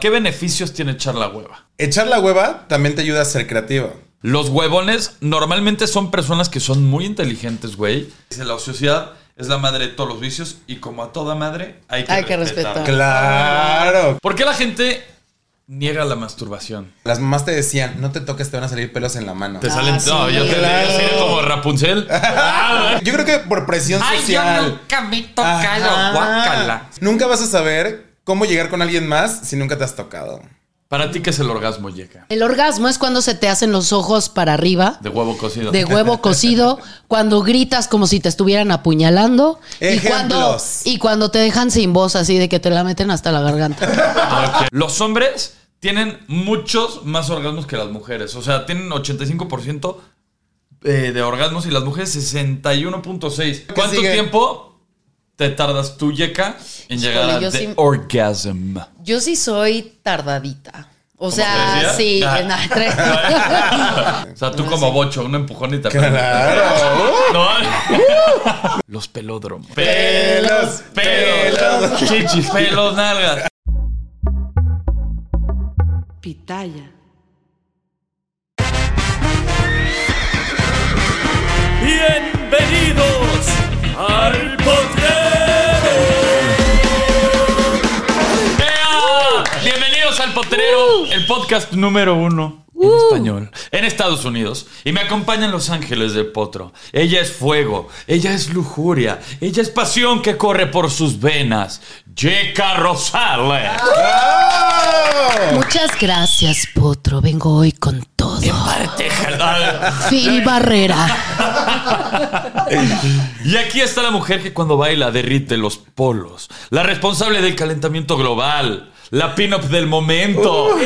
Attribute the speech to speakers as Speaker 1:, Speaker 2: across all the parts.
Speaker 1: ¿Qué beneficios tiene echar la hueva?
Speaker 2: Echar la hueva también te ayuda a ser creativa.
Speaker 1: Los huevones normalmente son personas que son muy inteligentes, güey. Dice la ociosidad es la madre de todos los vicios y como a toda madre hay que,
Speaker 3: Hay que
Speaker 1: respetar.
Speaker 2: Ah.
Speaker 3: respetar.
Speaker 2: Claro.
Speaker 1: ¿Por qué la gente niega la masturbación?
Speaker 2: Las mamás te decían, no te toques, te van a salir pelos en la mano.
Speaker 1: Te
Speaker 3: Ah,
Speaker 1: salen.
Speaker 3: sí,
Speaker 1: no, yo te
Speaker 2: claro.
Speaker 1: yo soy como Rapunzel. Ah,
Speaker 2: Yo creo que por presión social.
Speaker 1: me
Speaker 2: Ajá. Nunca vas a saber cómo llegar con alguien más si nunca te has tocado.
Speaker 1: Para ti, ¿qué es el orgasmo, Yeka?
Speaker 3: El orgasmo es cuando se te hacen los ojos para arriba.
Speaker 1: De huevo cocido.
Speaker 3: de huevo cocido, cuando gritas como si te estuvieran apuñalando y cuando,
Speaker 2: Ejemplos.
Speaker 3: y cuando te dejan sin voz así de que te la meten hasta la garganta.
Speaker 1: Ok. Los hombres tienen muchos más orgasmos que las mujeres. O sea, tienen 85% eh, de orgasmos y las mujeres 61.6. ¿Cuánto
Speaker 2: sigue?
Speaker 1: tiempo te tardas tú, Yeka, en llegar
Speaker 3: Híjole,
Speaker 1: al
Speaker 3: yo
Speaker 1: the
Speaker 3: sí-
Speaker 1: orgasm?
Speaker 3: Yo sí soy tardadita. O
Speaker 1: tres
Speaker 3: sea,
Speaker 1: días?
Speaker 3: sí,
Speaker 1: Ah.
Speaker 3: en- ah, tres-
Speaker 1: O sea, tú como bocho, un empujón y te
Speaker 2: Claro.
Speaker 1: No. Los pelódromos.
Speaker 2: Pelos,
Speaker 1: pelos, chichis, pelos, nalgas.
Speaker 4: Pitaya.
Speaker 5: Bienvenidos al potrero.
Speaker 1: ¡Ea! Bienvenidos al Potrero, el podcast número uno en español en Estados Unidos. Y me acompañan los ángeles del potro. Ella es fuego, ella es lujuria, ella es pasión que corre por sus venas. Jeca Rosales.
Speaker 3: Muchas gracias, Potro. Vengo hoy con todo.
Speaker 1: Parte jalada.
Speaker 3: Phil Barrera.
Speaker 1: Y aquí está la mujer que cuando baila derrite los polos. La responsable del calentamiento global. La pin-up del momento.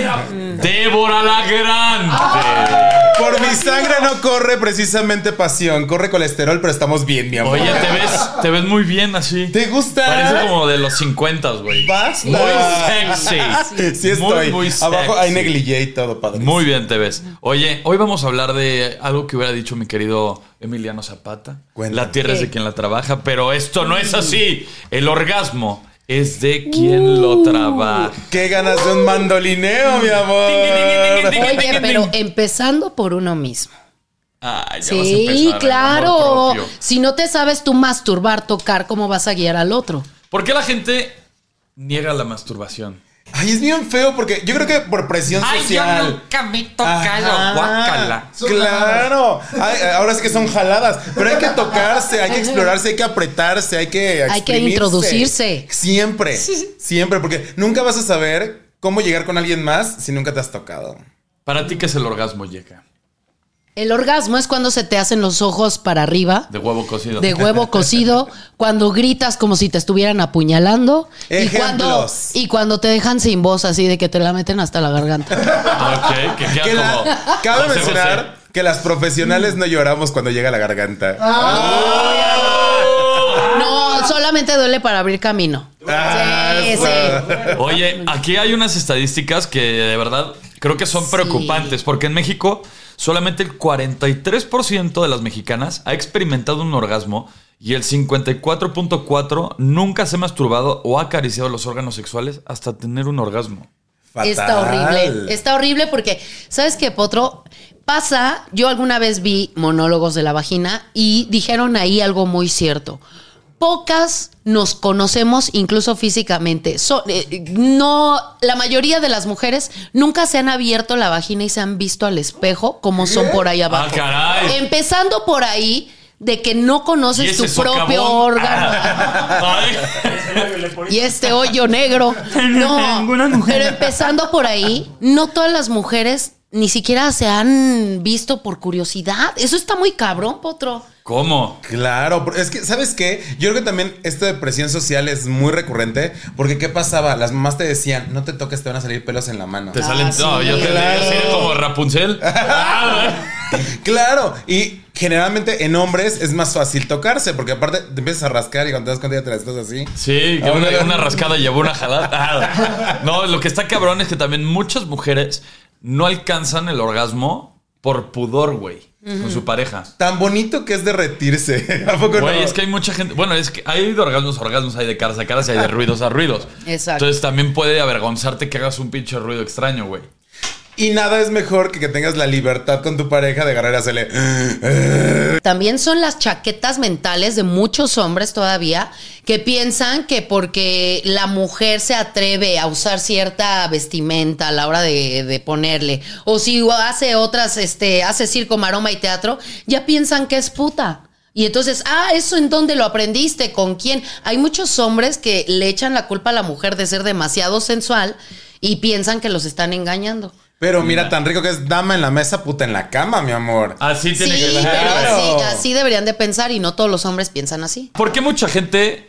Speaker 1: Débora la Grande.
Speaker 2: Por mi sangre no corre precisamente pasión, corre colesterol, pero estamos bien, mi amor.
Speaker 1: Oye, te ves, te ves muy bien así.
Speaker 2: ¿Te gusta?
Speaker 1: Parece como de los 50, güey.
Speaker 2: Basta.
Speaker 1: Muy sexy.
Speaker 2: Sí estoy.
Speaker 1: Muy, muy
Speaker 2: Abajo
Speaker 1: sexy.
Speaker 2: hay negligé y todo, padre.
Speaker 1: Muy bien te ves. Oye, hoy vamos a hablar de algo que hubiera dicho mi querido Emiliano Zapata.
Speaker 2: Cuéntame.
Speaker 1: La tierra es de
Speaker 3: ¿Qué?
Speaker 1: quien la trabaja, pero esto no es así.
Speaker 2: Mm.
Speaker 1: El orgasmo es de quien
Speaker 3: Uh.
Speaker 1: lo trabaja.
Speaker 2: Qué ganas de un mandolineo, mi amor.
Speaker 3: Oye, pero empezando por uno mismo.
Speaker 1: Ah, ya vas a
Speaker 3: Sí,
Speaker 1: empezar, el amor
Speaker 3: claro.
Speaker 1: propio.
Speaker 3: Si no te sabes tú masturbar, tocar, ¿cómo vas a guiar al otro?
Speaker 1: ¿Por qué la gente niega la masturbación?
Speaker 2: Ay, es bien feo porque yo creo que por presión social.
Speaker 1: me
Speaker 2: Ajá. Claro. Ay, ahora sí que son jaladas. Pero hay que tocarse, hay que explorarse, hay que apretarse, hay que.
Speaker 3: Hay que
Speaker 2: exprimirse.
Speaker 3: introducirse.
Speaker 2: Siempre. Siempre. Porque nunca vas a saber cómo llegar con alguien más si nunca te has tocado.
Speaker 1: Para ti, ¿qué es el orgasmo, Yeka?
Speaker 3: El orgasmo es cuando se te hacen los ojos para arriba.
Speaker 1: De huevo cocido.
Speaker 3: de huevo cocido, cuando gritas como si te estuvieran apuñalando y cuando,
Speaker 2: Ejemplos.
Speaker 3: y cuando te dejan sin voz así de que te la meten hasta la garganta.
Speaker 1: Ok, que queda
Speaker 2: Que la-
Speaker 1: como
Speaker 2: cabe
Speaker 1: José
Speaker 2: mencionar
Speaker 1: José.
Speaker 2: que las profesionales no lloramos cuando llega la garganta.
Speaker 3: Ah, No, solamente duele para abrir camino.
Speaker 2: Ah,
Speaker 3: Sí, sí.
Speaker 1: Oye, aquí hay unas estadísticas que de verdad creo que son
Speaker 3: Sí.
Speaker 1: preocupantes, porque en México solamente el 43% de las mexicanas ha experimentado un orgasmo y el 54.4% nunca se ha masturbado o ha acariciado los órganos sexuales hasta tener un orgasmo.
Speaker 2: Fatal.
Speaker 3: Está horrible. Está horrible porque, ¿sabes qué, Potro? Pasa, yo alguna vez vi monólogos de la vagina y dijeron ahí algo muy cierto. Pocas nos conocemos incluso físicamente. So- eh, no, la mayoría de las mujeres nunca se han abierto la vagina y se han visto al espejo como son por ahí abajo.
Speaker 1: ¡Ah, caray!
Speaker 3: Empezando por ahí de que no
Speaker 1: ¿Y
Speaker 3: conoces tu
Speaker 1: ese
Speaker 3: propio
Speaker 1: socavón? Ah,
Speaker 3: órgano.
Speaker 1: Ay.
Speaker 3: Y este hoyo negro. No, pero empezando por ahí, no todas las mujeres ni siquiera se han visto por curiosidad. Eso está muy cabrón, Potro.
Speaker 1: ¿Cómo?
Speaker 2: Claro, por- es que, ¿sabes qué? Yo creo que también esta depresión social es muy recurrente, porque ¿qué pasaba? Las mamás te decían, no te toques, te van a salir pelos en la mano.
Speaker 1: Te salen.
Speaker 3: Ah, sí.
Speaker 1: no, yo te
Speaker 2: Claro.
Speaker 1: así de como Rapunzel. Ah,
Speaker 2: Claro, y generalmente en hombres es más fácil tocarse, porque aparte te empiezas a rascar y cuando te das cuenta ya te la estás así.
Speaker 1: Sí, que
Speaker 2: Ah,
Speaker 1: una,
Speaker 2: bueno.
Speaker 1: una rascada llevó una jalada. Ah, No, lo que está cabrón es que también muchas mujeres no alcanzan el orgasmo por pudor, güey. con su pareja.
Speaker 2: Tan bonito que es derretirse. ¿A poco
Speaker 1: Güey,
Speaker 2: no?
Speaker 1: es que hay mucha gente. Bueno, es que hay de orgasmos a orgasmos, hay de caras a caras y hay de ruidos a ruidos.
Speaker 3: Exacto.
Speaker 1: Entonces también puede avergonzarte que hagas un pinche ruido extraño, güey.
Speaker 2: Y nada es mejor que que tengas la libertad con tu pareja de agarrar y hacerle. "Ah,
Speaker 3: También son las chaquetas mentales de muchos hombres todavía que piensan que porque la mujer se atreve a usar cierta vestimenta a la hora de, de ponerle, o si hace otras, este, hace circo, maroma y teatro, ya piensan que es puta. Y entonces, ah, ¿eso en dónde lo aprendiste? ¿Con quién? Hay muchos hombres que le echan la culpa a la mujer de ser demasiado sensual y piensan que los están engañando.
Speaker 2: Pero mira, tan rico que es dama en la mesa, puta en la cama, mi amor.
Speaker 1: Así
Speaker 3: Sí,
Speaker 1: tiene que
Speaker 3: pero
Speaker 1: ser.
Speaker 2: Claro.
Speaker 3: así, así deberían de pensar y no todos los hombres piensan así.
Speaker 1: ¿Por qué mucha gente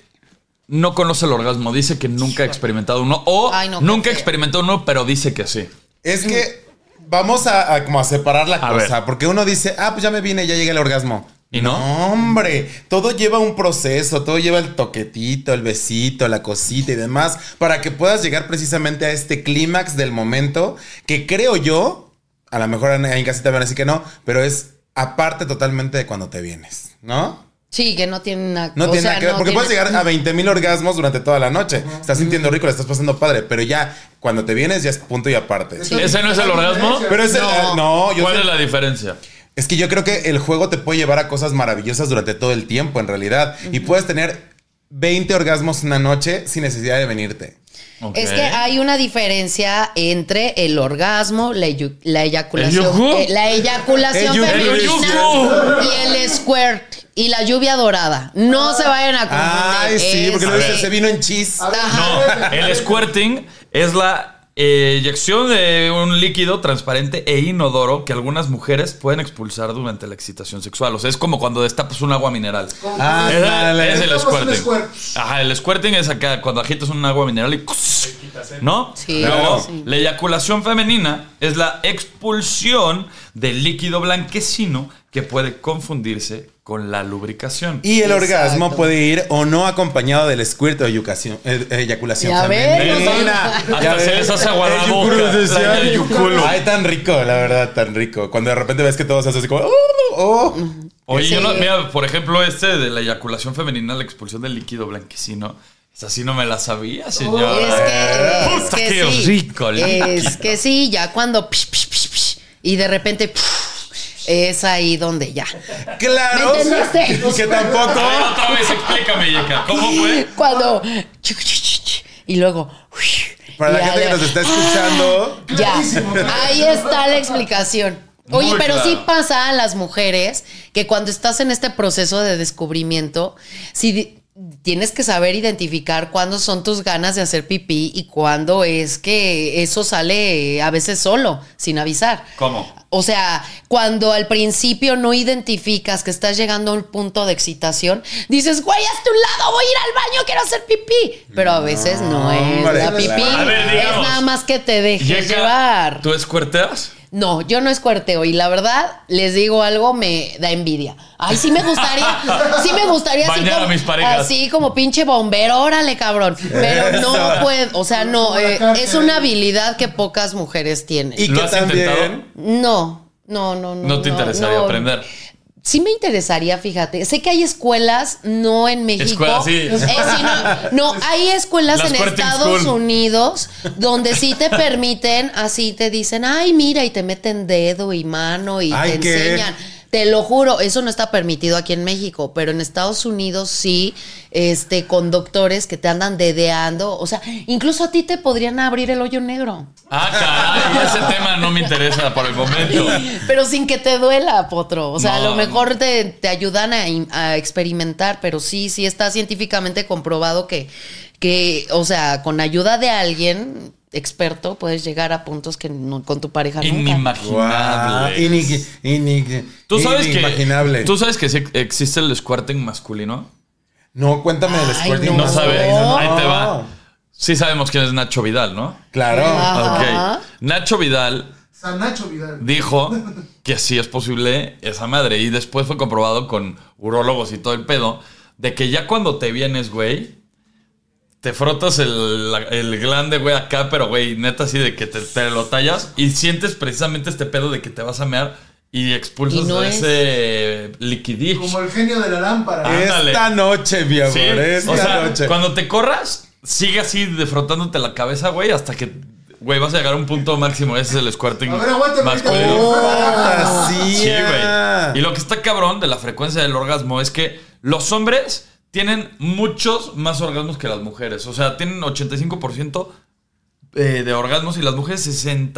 Speaker 1: no conoce el orgasmo? Dice que nunca ha experimentado uno. O
Speaker 3: Ay, no, qué
Speaker 1: nunca
Speaker 3: feo.
Speaker 1: experimentó uno, pero dice que sí.
Speaker 2: Es que vamos a, a como a separar la
Speaker 1: A
Speaker 2: cosa,
Speaker 1: ver.
Speaker 2: porque uno dice, ah, pues ya me vine, ya llegué al orgasmo.
Speaker 1: ¿Y no?
Speaker 2: hombre, todo lleva un proceso, todo lleva el toquetito, el besito, la cosita y demás, para que puedas llegar precisamente a este clímax del momento, que creo yo, a lo mejor en, en casita van a decir que no, pero es aparte totalmente de cuando te vienes, ¿no?
Speaker 3: Sí, que no tienen nada
Speaker 2: No
Speaker 3: o
Speaker 2: tiene
Speaker 3: sea,
Speaker 2: nada que ver.
Speaker 3: no
Speaker 2: Porque puedes
Speaker 3: tiene-
Speaker 2: llegar a 20 mil orgasmos durante toda la noche. Estás sintiendo rico, la estás pasando padre. Pero ya, cuando te vienes, ya es punto y aparte.
Speaker 3: Sí.
Speaker 1: ¿Ese no es el orgasmo?
Speaker 2: Pero es el-
Speaker 3: No.
Speaker 2: eh, no, yo
Speaker 1: ¿Cuál
Speaker 2: sé-
Speaker 1: es la diferencia?
Speaker 2: es que yo creo que el juego te puede llevar a cosas maravillosas durante todo el tiempo, en realidad. Y puedes tener 20 orgasmos una noche sin necesidad de venirte.
Speaker 1: Ok.
Speaker 3: Es que hay una diferencia entre el orgasmo, la, eyu- la eyaculación,
Speaker 1: ¿El yujú?
Speaker 3: eh, la eyaculación
Speaker 2: El yujú.
Speaker 3: femenina
Speaker 1: El
Speaker 3: y el squirt y la lluvia dorada. No se vayan a
Speaker 1: Ah,
Speaker 2: Ay,
Speaker 3: confundir.
Speaker 2: sí, porque
Speaker 3: Es-
Speaker 2: lo dices,
Speaker 3: eh,
Speaker 2: se vino en chis.
Speaker 1: No,
Speaker 3: ajá.
Speaker 1: el squirting es la eh, eyección de un líquido transparente e inodoro que algunas mujeres pueden expulsar durante la excitación sexual. O sea, es como cuando destapas un agua mineral.
Speaker 2: Ah,
Speaker 1: es,
Speaker 2: dale.
Speaker 1: es el
Speaker 4: Destapas un
Speaker 1: squirting.
Speaker 4: squirt.
Speaker 1: Ajá, el squirting es acá cuando agitas un agua mineral y... ¿No?
Speaker 3: Sí,
Speaker 1: Luego,
Speaker 3: sí.
Speaker 1: la eyaculación femenina es la expulsión del líquido blanquecino que puede confundirse con la lubricación.
Speaker 2: Y el
Speaker 3: Exacto.
Speaker 2: orgasmo puede ir o no acompañado del squirt o eyucación- eh, eyaculación.
Speaker 3: Ya ves,
Speaker 2: femenina.
Speaker 3: nos
Speaker 1: vamos.
Speaker 2: Ya
Speaker 1: Hasta se
Speaker 2: ves.
Speaker 1: les hace agua la boca,
Speaker 2: Eyucrucesión.
Speaker 1: la eyuculo.
Speaker 2: Ay, tan rico, la verdad, tan rico. Cuando de repente ves que todos hacen así como. "Oh, oh".
Speaker 1: Oye,
Speaker 3: Sí.
Speaker 1: yo no- mira, por ejemplo, este de la eyaculación femenina, la expulsión del líquido blanquecino. Esa sí no me la sabía, señora.
Speaker 3: Es que, es
Speaker 1: eh, Puta,
Speaker 3: que
Speaker 1: qué
Speaker 3: sí.
Speaker 1: rico, líquido.
Speaker 3: Es que sí, ya cuando psh, psh, psh, psh, y de repente pf, es ahí donde ya.
Speaker 2: Claro.
Speaker 3: ¿Me entendiste?
Speaker 2: Que tampoco.
Speaker 1: A ver, otra vez explícame, Yeka. ¿Cómo fue?
Speaker 3: Cuando y luego
Speaker 2: Para la
Speaker 3: y Ah,
Speaker 2: gente que
Speaker 3: ahora-
Speaker 2: nos está escuchando.
Speaker 3: Ya. Ahí está la explicación.
Speaker 1: Muy
Speaker 3: Oye, pero sí
Speaker 1: claro.
Speaker 3: pasa a las mujeres que cuando estás en este proceso de descubrimiento, sí di- tienes que saber identificar cuándo son tus ganas de hacer pipí y cuándo es que eso sale eh, a veces solo, sin avisar.
Speaker 1: ¿Cómo?
Speaker 3: O sea, cuando al principio no identificas que estás llegando a un punto de excitación, dices, güey, hazte un lado, voy a ir al baño, quiero hacer pipí. Pero a veces no, es
Speaker 2: hombre,
Speaker 3: la pipí,
Speaker 2: claro.
Speaker 1: A ver,
Speaker 3: es
Speaker 1: digamos.
Speaker 3: nada más que te dejes
Speaker 1: Yeka,
Speaker 3: llevar.
Speaker 1: ¿Tú escuerteas?
Speaker 3: No, yo no escuerteo y la verdad, les digo algo, me da envidia. Ay, sí me gustaría, sí me gustaría así
Speaker 1: Bañar a
Speaker 3: como,
Speaker 1: mis parejas.
Speaker 3: así como pinche bombero, órale cabrón. Pero no puedo, o sea, no, eh, es una habilidad que pocas mujeres tienen.
Speaker 2: Y
Speaker 1: ¿Lo
Speaker 2: que
Speaker 1: has
Speaker 2: también.
Speaker 1: intentado?
Speaker 3: No, no, no, no.
Speaker 1: No, te interesaría
Speaker 3: no.
Speaker 1: aprender.
Speaker 3: Sí me interesaría, fíjate. Sé que hay escuelas, no en México.
Speaker 1: Escuelas, sí.
Speaker 3: Eh, sí, no, no, hay escuelas
Speaker 1: Las
Speaker 3: en
Speaker 1: Squirting
Speaker 3: Estados
Speaker 1: School.
Speaker 3: Unidos donde sí te permiten, así te dicen, ay, mira, y te meten dedo y mano y
Speaker 2: Ay,
Speaker 3: te
Speaker 2: ¿qué?
Speaker 3: enseñan. Te lo juro, eso no está permitido aquí en México, pero en Estados Unidos sí, este, con doctores que te andan dedeando. O sea, incluso a ti te podrían abrir el hoyo negro.
Speaker 1: Ah, caray, ese tema no me interesa por el momento.
Speaker 3: Pero sin que te duela, Potro. O sea, a
Speaker 1: No,
Speaker 3: lo mejor te, te ayudan a, in- a experimentar, pero sí, sí está científicamente comprobado que, que, o sea, con ayuda de alguien experto puedes llegar a puntos que no- con tu pareja nunca.
Speaker 1: Inimaginable.
Speaker 2: Wow. Ini- ini-
Speaker 1: ¿Tú sabes que,
Speaker 2: inimaginable.
Speaker 1: ¿Tú sabes que sí existe el squirting masculino?
Speaker 2: No, cuéntame del
Speaker 3: Ay,
Speaker 2: squirting.
Speaker 3: no.
Speaker 1: No
Speaker 2: más
Speaker 1: sabes.
Speaker 2: bueno.
Speaker 1: Ahí te va. Sí sabemos quién es Nacho Vidal, ¿no?
Speaker 2: Claro.
Speaker 3: Ah. Ajá.
Speaker 1: Ok. Nacho Vidal
Speaker 4: San Nacho Vidal.
Speaker 1: dijo que sí es posible esa madre. Y después fue comprobado con urólogos y todo el pedo de que ya cuando te vienes, güey, te frotas el, la- el glande, güey, acá, pero, güey, neta, así de que te, te lo tallas y sientes precisamente este pedo de que te vas a mear y expulsas
Speaker 3: Y no
Speaker 1: a
Speaker 3: es-
Speaker 1: ese liquidito.
Speaker 4: Como el genio de la lámpara.
Speaker 1: Ah. Ándale.
Speaker 2: Esta noche, mi amor,
Speaker 1: Sí,
Speaker 2: esta
Speaker 1: o sea,
Speaker 2: noche.
Speaker 1: cuando te corras, sigue así de frotándote la cabeza, güey, hasta que, güey, vas a llegar a un punto máximo. Ese es el squirting
Speaker 4: A ver, aguántame,
Speaker 1: masculino.
Speaker 4: aguántame.
Speaker 2: ¡Oh,
Speaker 1: Sí,
Speaker 2: fantasía!
Speaker 1: güey. Y lo que está cabrón de la frecuencia del orgasmo es que los hombres tienen muchos más orgasmos que las mujeres. O sea, tienen 85% eh, de orgasmos y las mujeres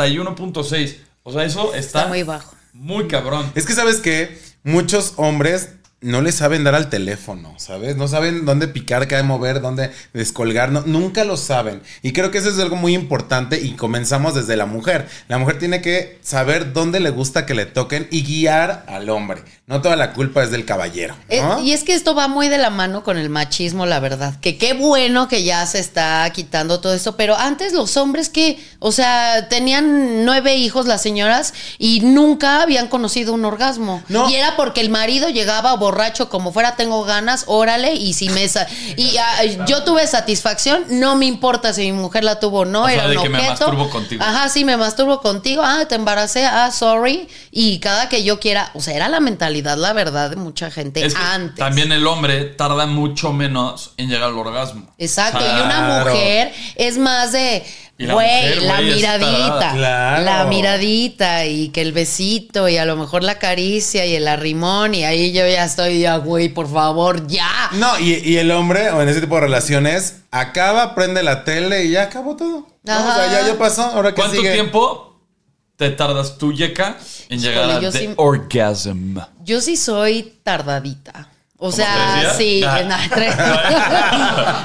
Speaker 1: 61.6. O sea, eso está,
Speaker 3: Está muy bajo.
Speaker 1: Muy cabrón.
Speaker 2: Es que sabes que muchos hombres no le saben dar al teléfono, ¿sabes? No saben dónde picar, qué mover, dónde descolgar, no- nunca lo saben. Y creo que eso es algo muy importante y comenzamos desde la mujer. La mujer tiene que saber dónde le gusta que le toquen y guiar al hombre. No toda la culpa es del caballero,
Speaker 3: Eh,
Speaker 2: ¿no?
Speaker 3: y es que esto va muy de la mano con el machismo, la verdad. Que qué bueno que ya se está quitando todo esto, pero antes los hombres que, o sea, tenían nueve hijos las señoras y nunca habían conocido un orgasmo.
Speaker 2: No.
Speaker 3: Y era porque el marido llegaba borracho como fuera, tengo ganas, órale, y si me... sa- y ah, yo tuve satisfacción, no me importa si mi mujer la tuvo o no,
Speaker 1: O sea,
Speaker 3: era
Speaker 1: de
Speaker 3: un
Speaker 1: que me
Speaker 3: objeto.
Speaker 1: masturbo contigo.
Speaker 3: Ajá, sí, me masturbo contigo, ah, te embaracé, ah, sorry, y cada que yo quiera, o sea, era la mentalidad, la verdad, de mucha gente
Speaker 1: Es que
Speaker 3: antes.
Speaker 1: También el hombre tarda mucho menos en llegar al orgasmo.
Speaker 3: Exacto, y
Speaker 2: Claro.
Speaker 3: una mujer es más de,
Speaker 1: Y la
Speaker 3: güey,
Speaker 1: mujer,
Speaker 3: la,
Speaker 1: güey, está-
Speaker 3: miradita,
Speaker 2: claro.
Speaker 3: la miradita y que el besito y a lo mejor la caricia y el arrimón y ahí yo ya estoy, ya, güey, por favor, ya.
Speaker 2: No, y, y el hombre, o en ese tipo de relaciones, acaba, prende la tele y ya acabó todo. ¿no? O sea,
Speaker 3: Ajá.
Speaker 2: ya, ya pasó, ahora que
Speaker 1: ¿Cuánto
Speaker 2: sigue.
Speaker 1: tiempo te tardas tú, Yeka, en llegar
Speaker 3: Híjole,
Speaker 1: al
Speaker 3: yo
Speaker 1: de
Speaker 3: sí-
Speaker 1: orgasm?
Speaker 3: Yo sí soy tardadita. O sea,
Speaker 1: tres días?
Speaker 3: sí,
Speaker 1: Ah.
Speaker 3: en- ah, tres.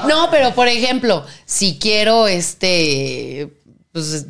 Speaker 3: no, pero por ejemplo, si quiero este pues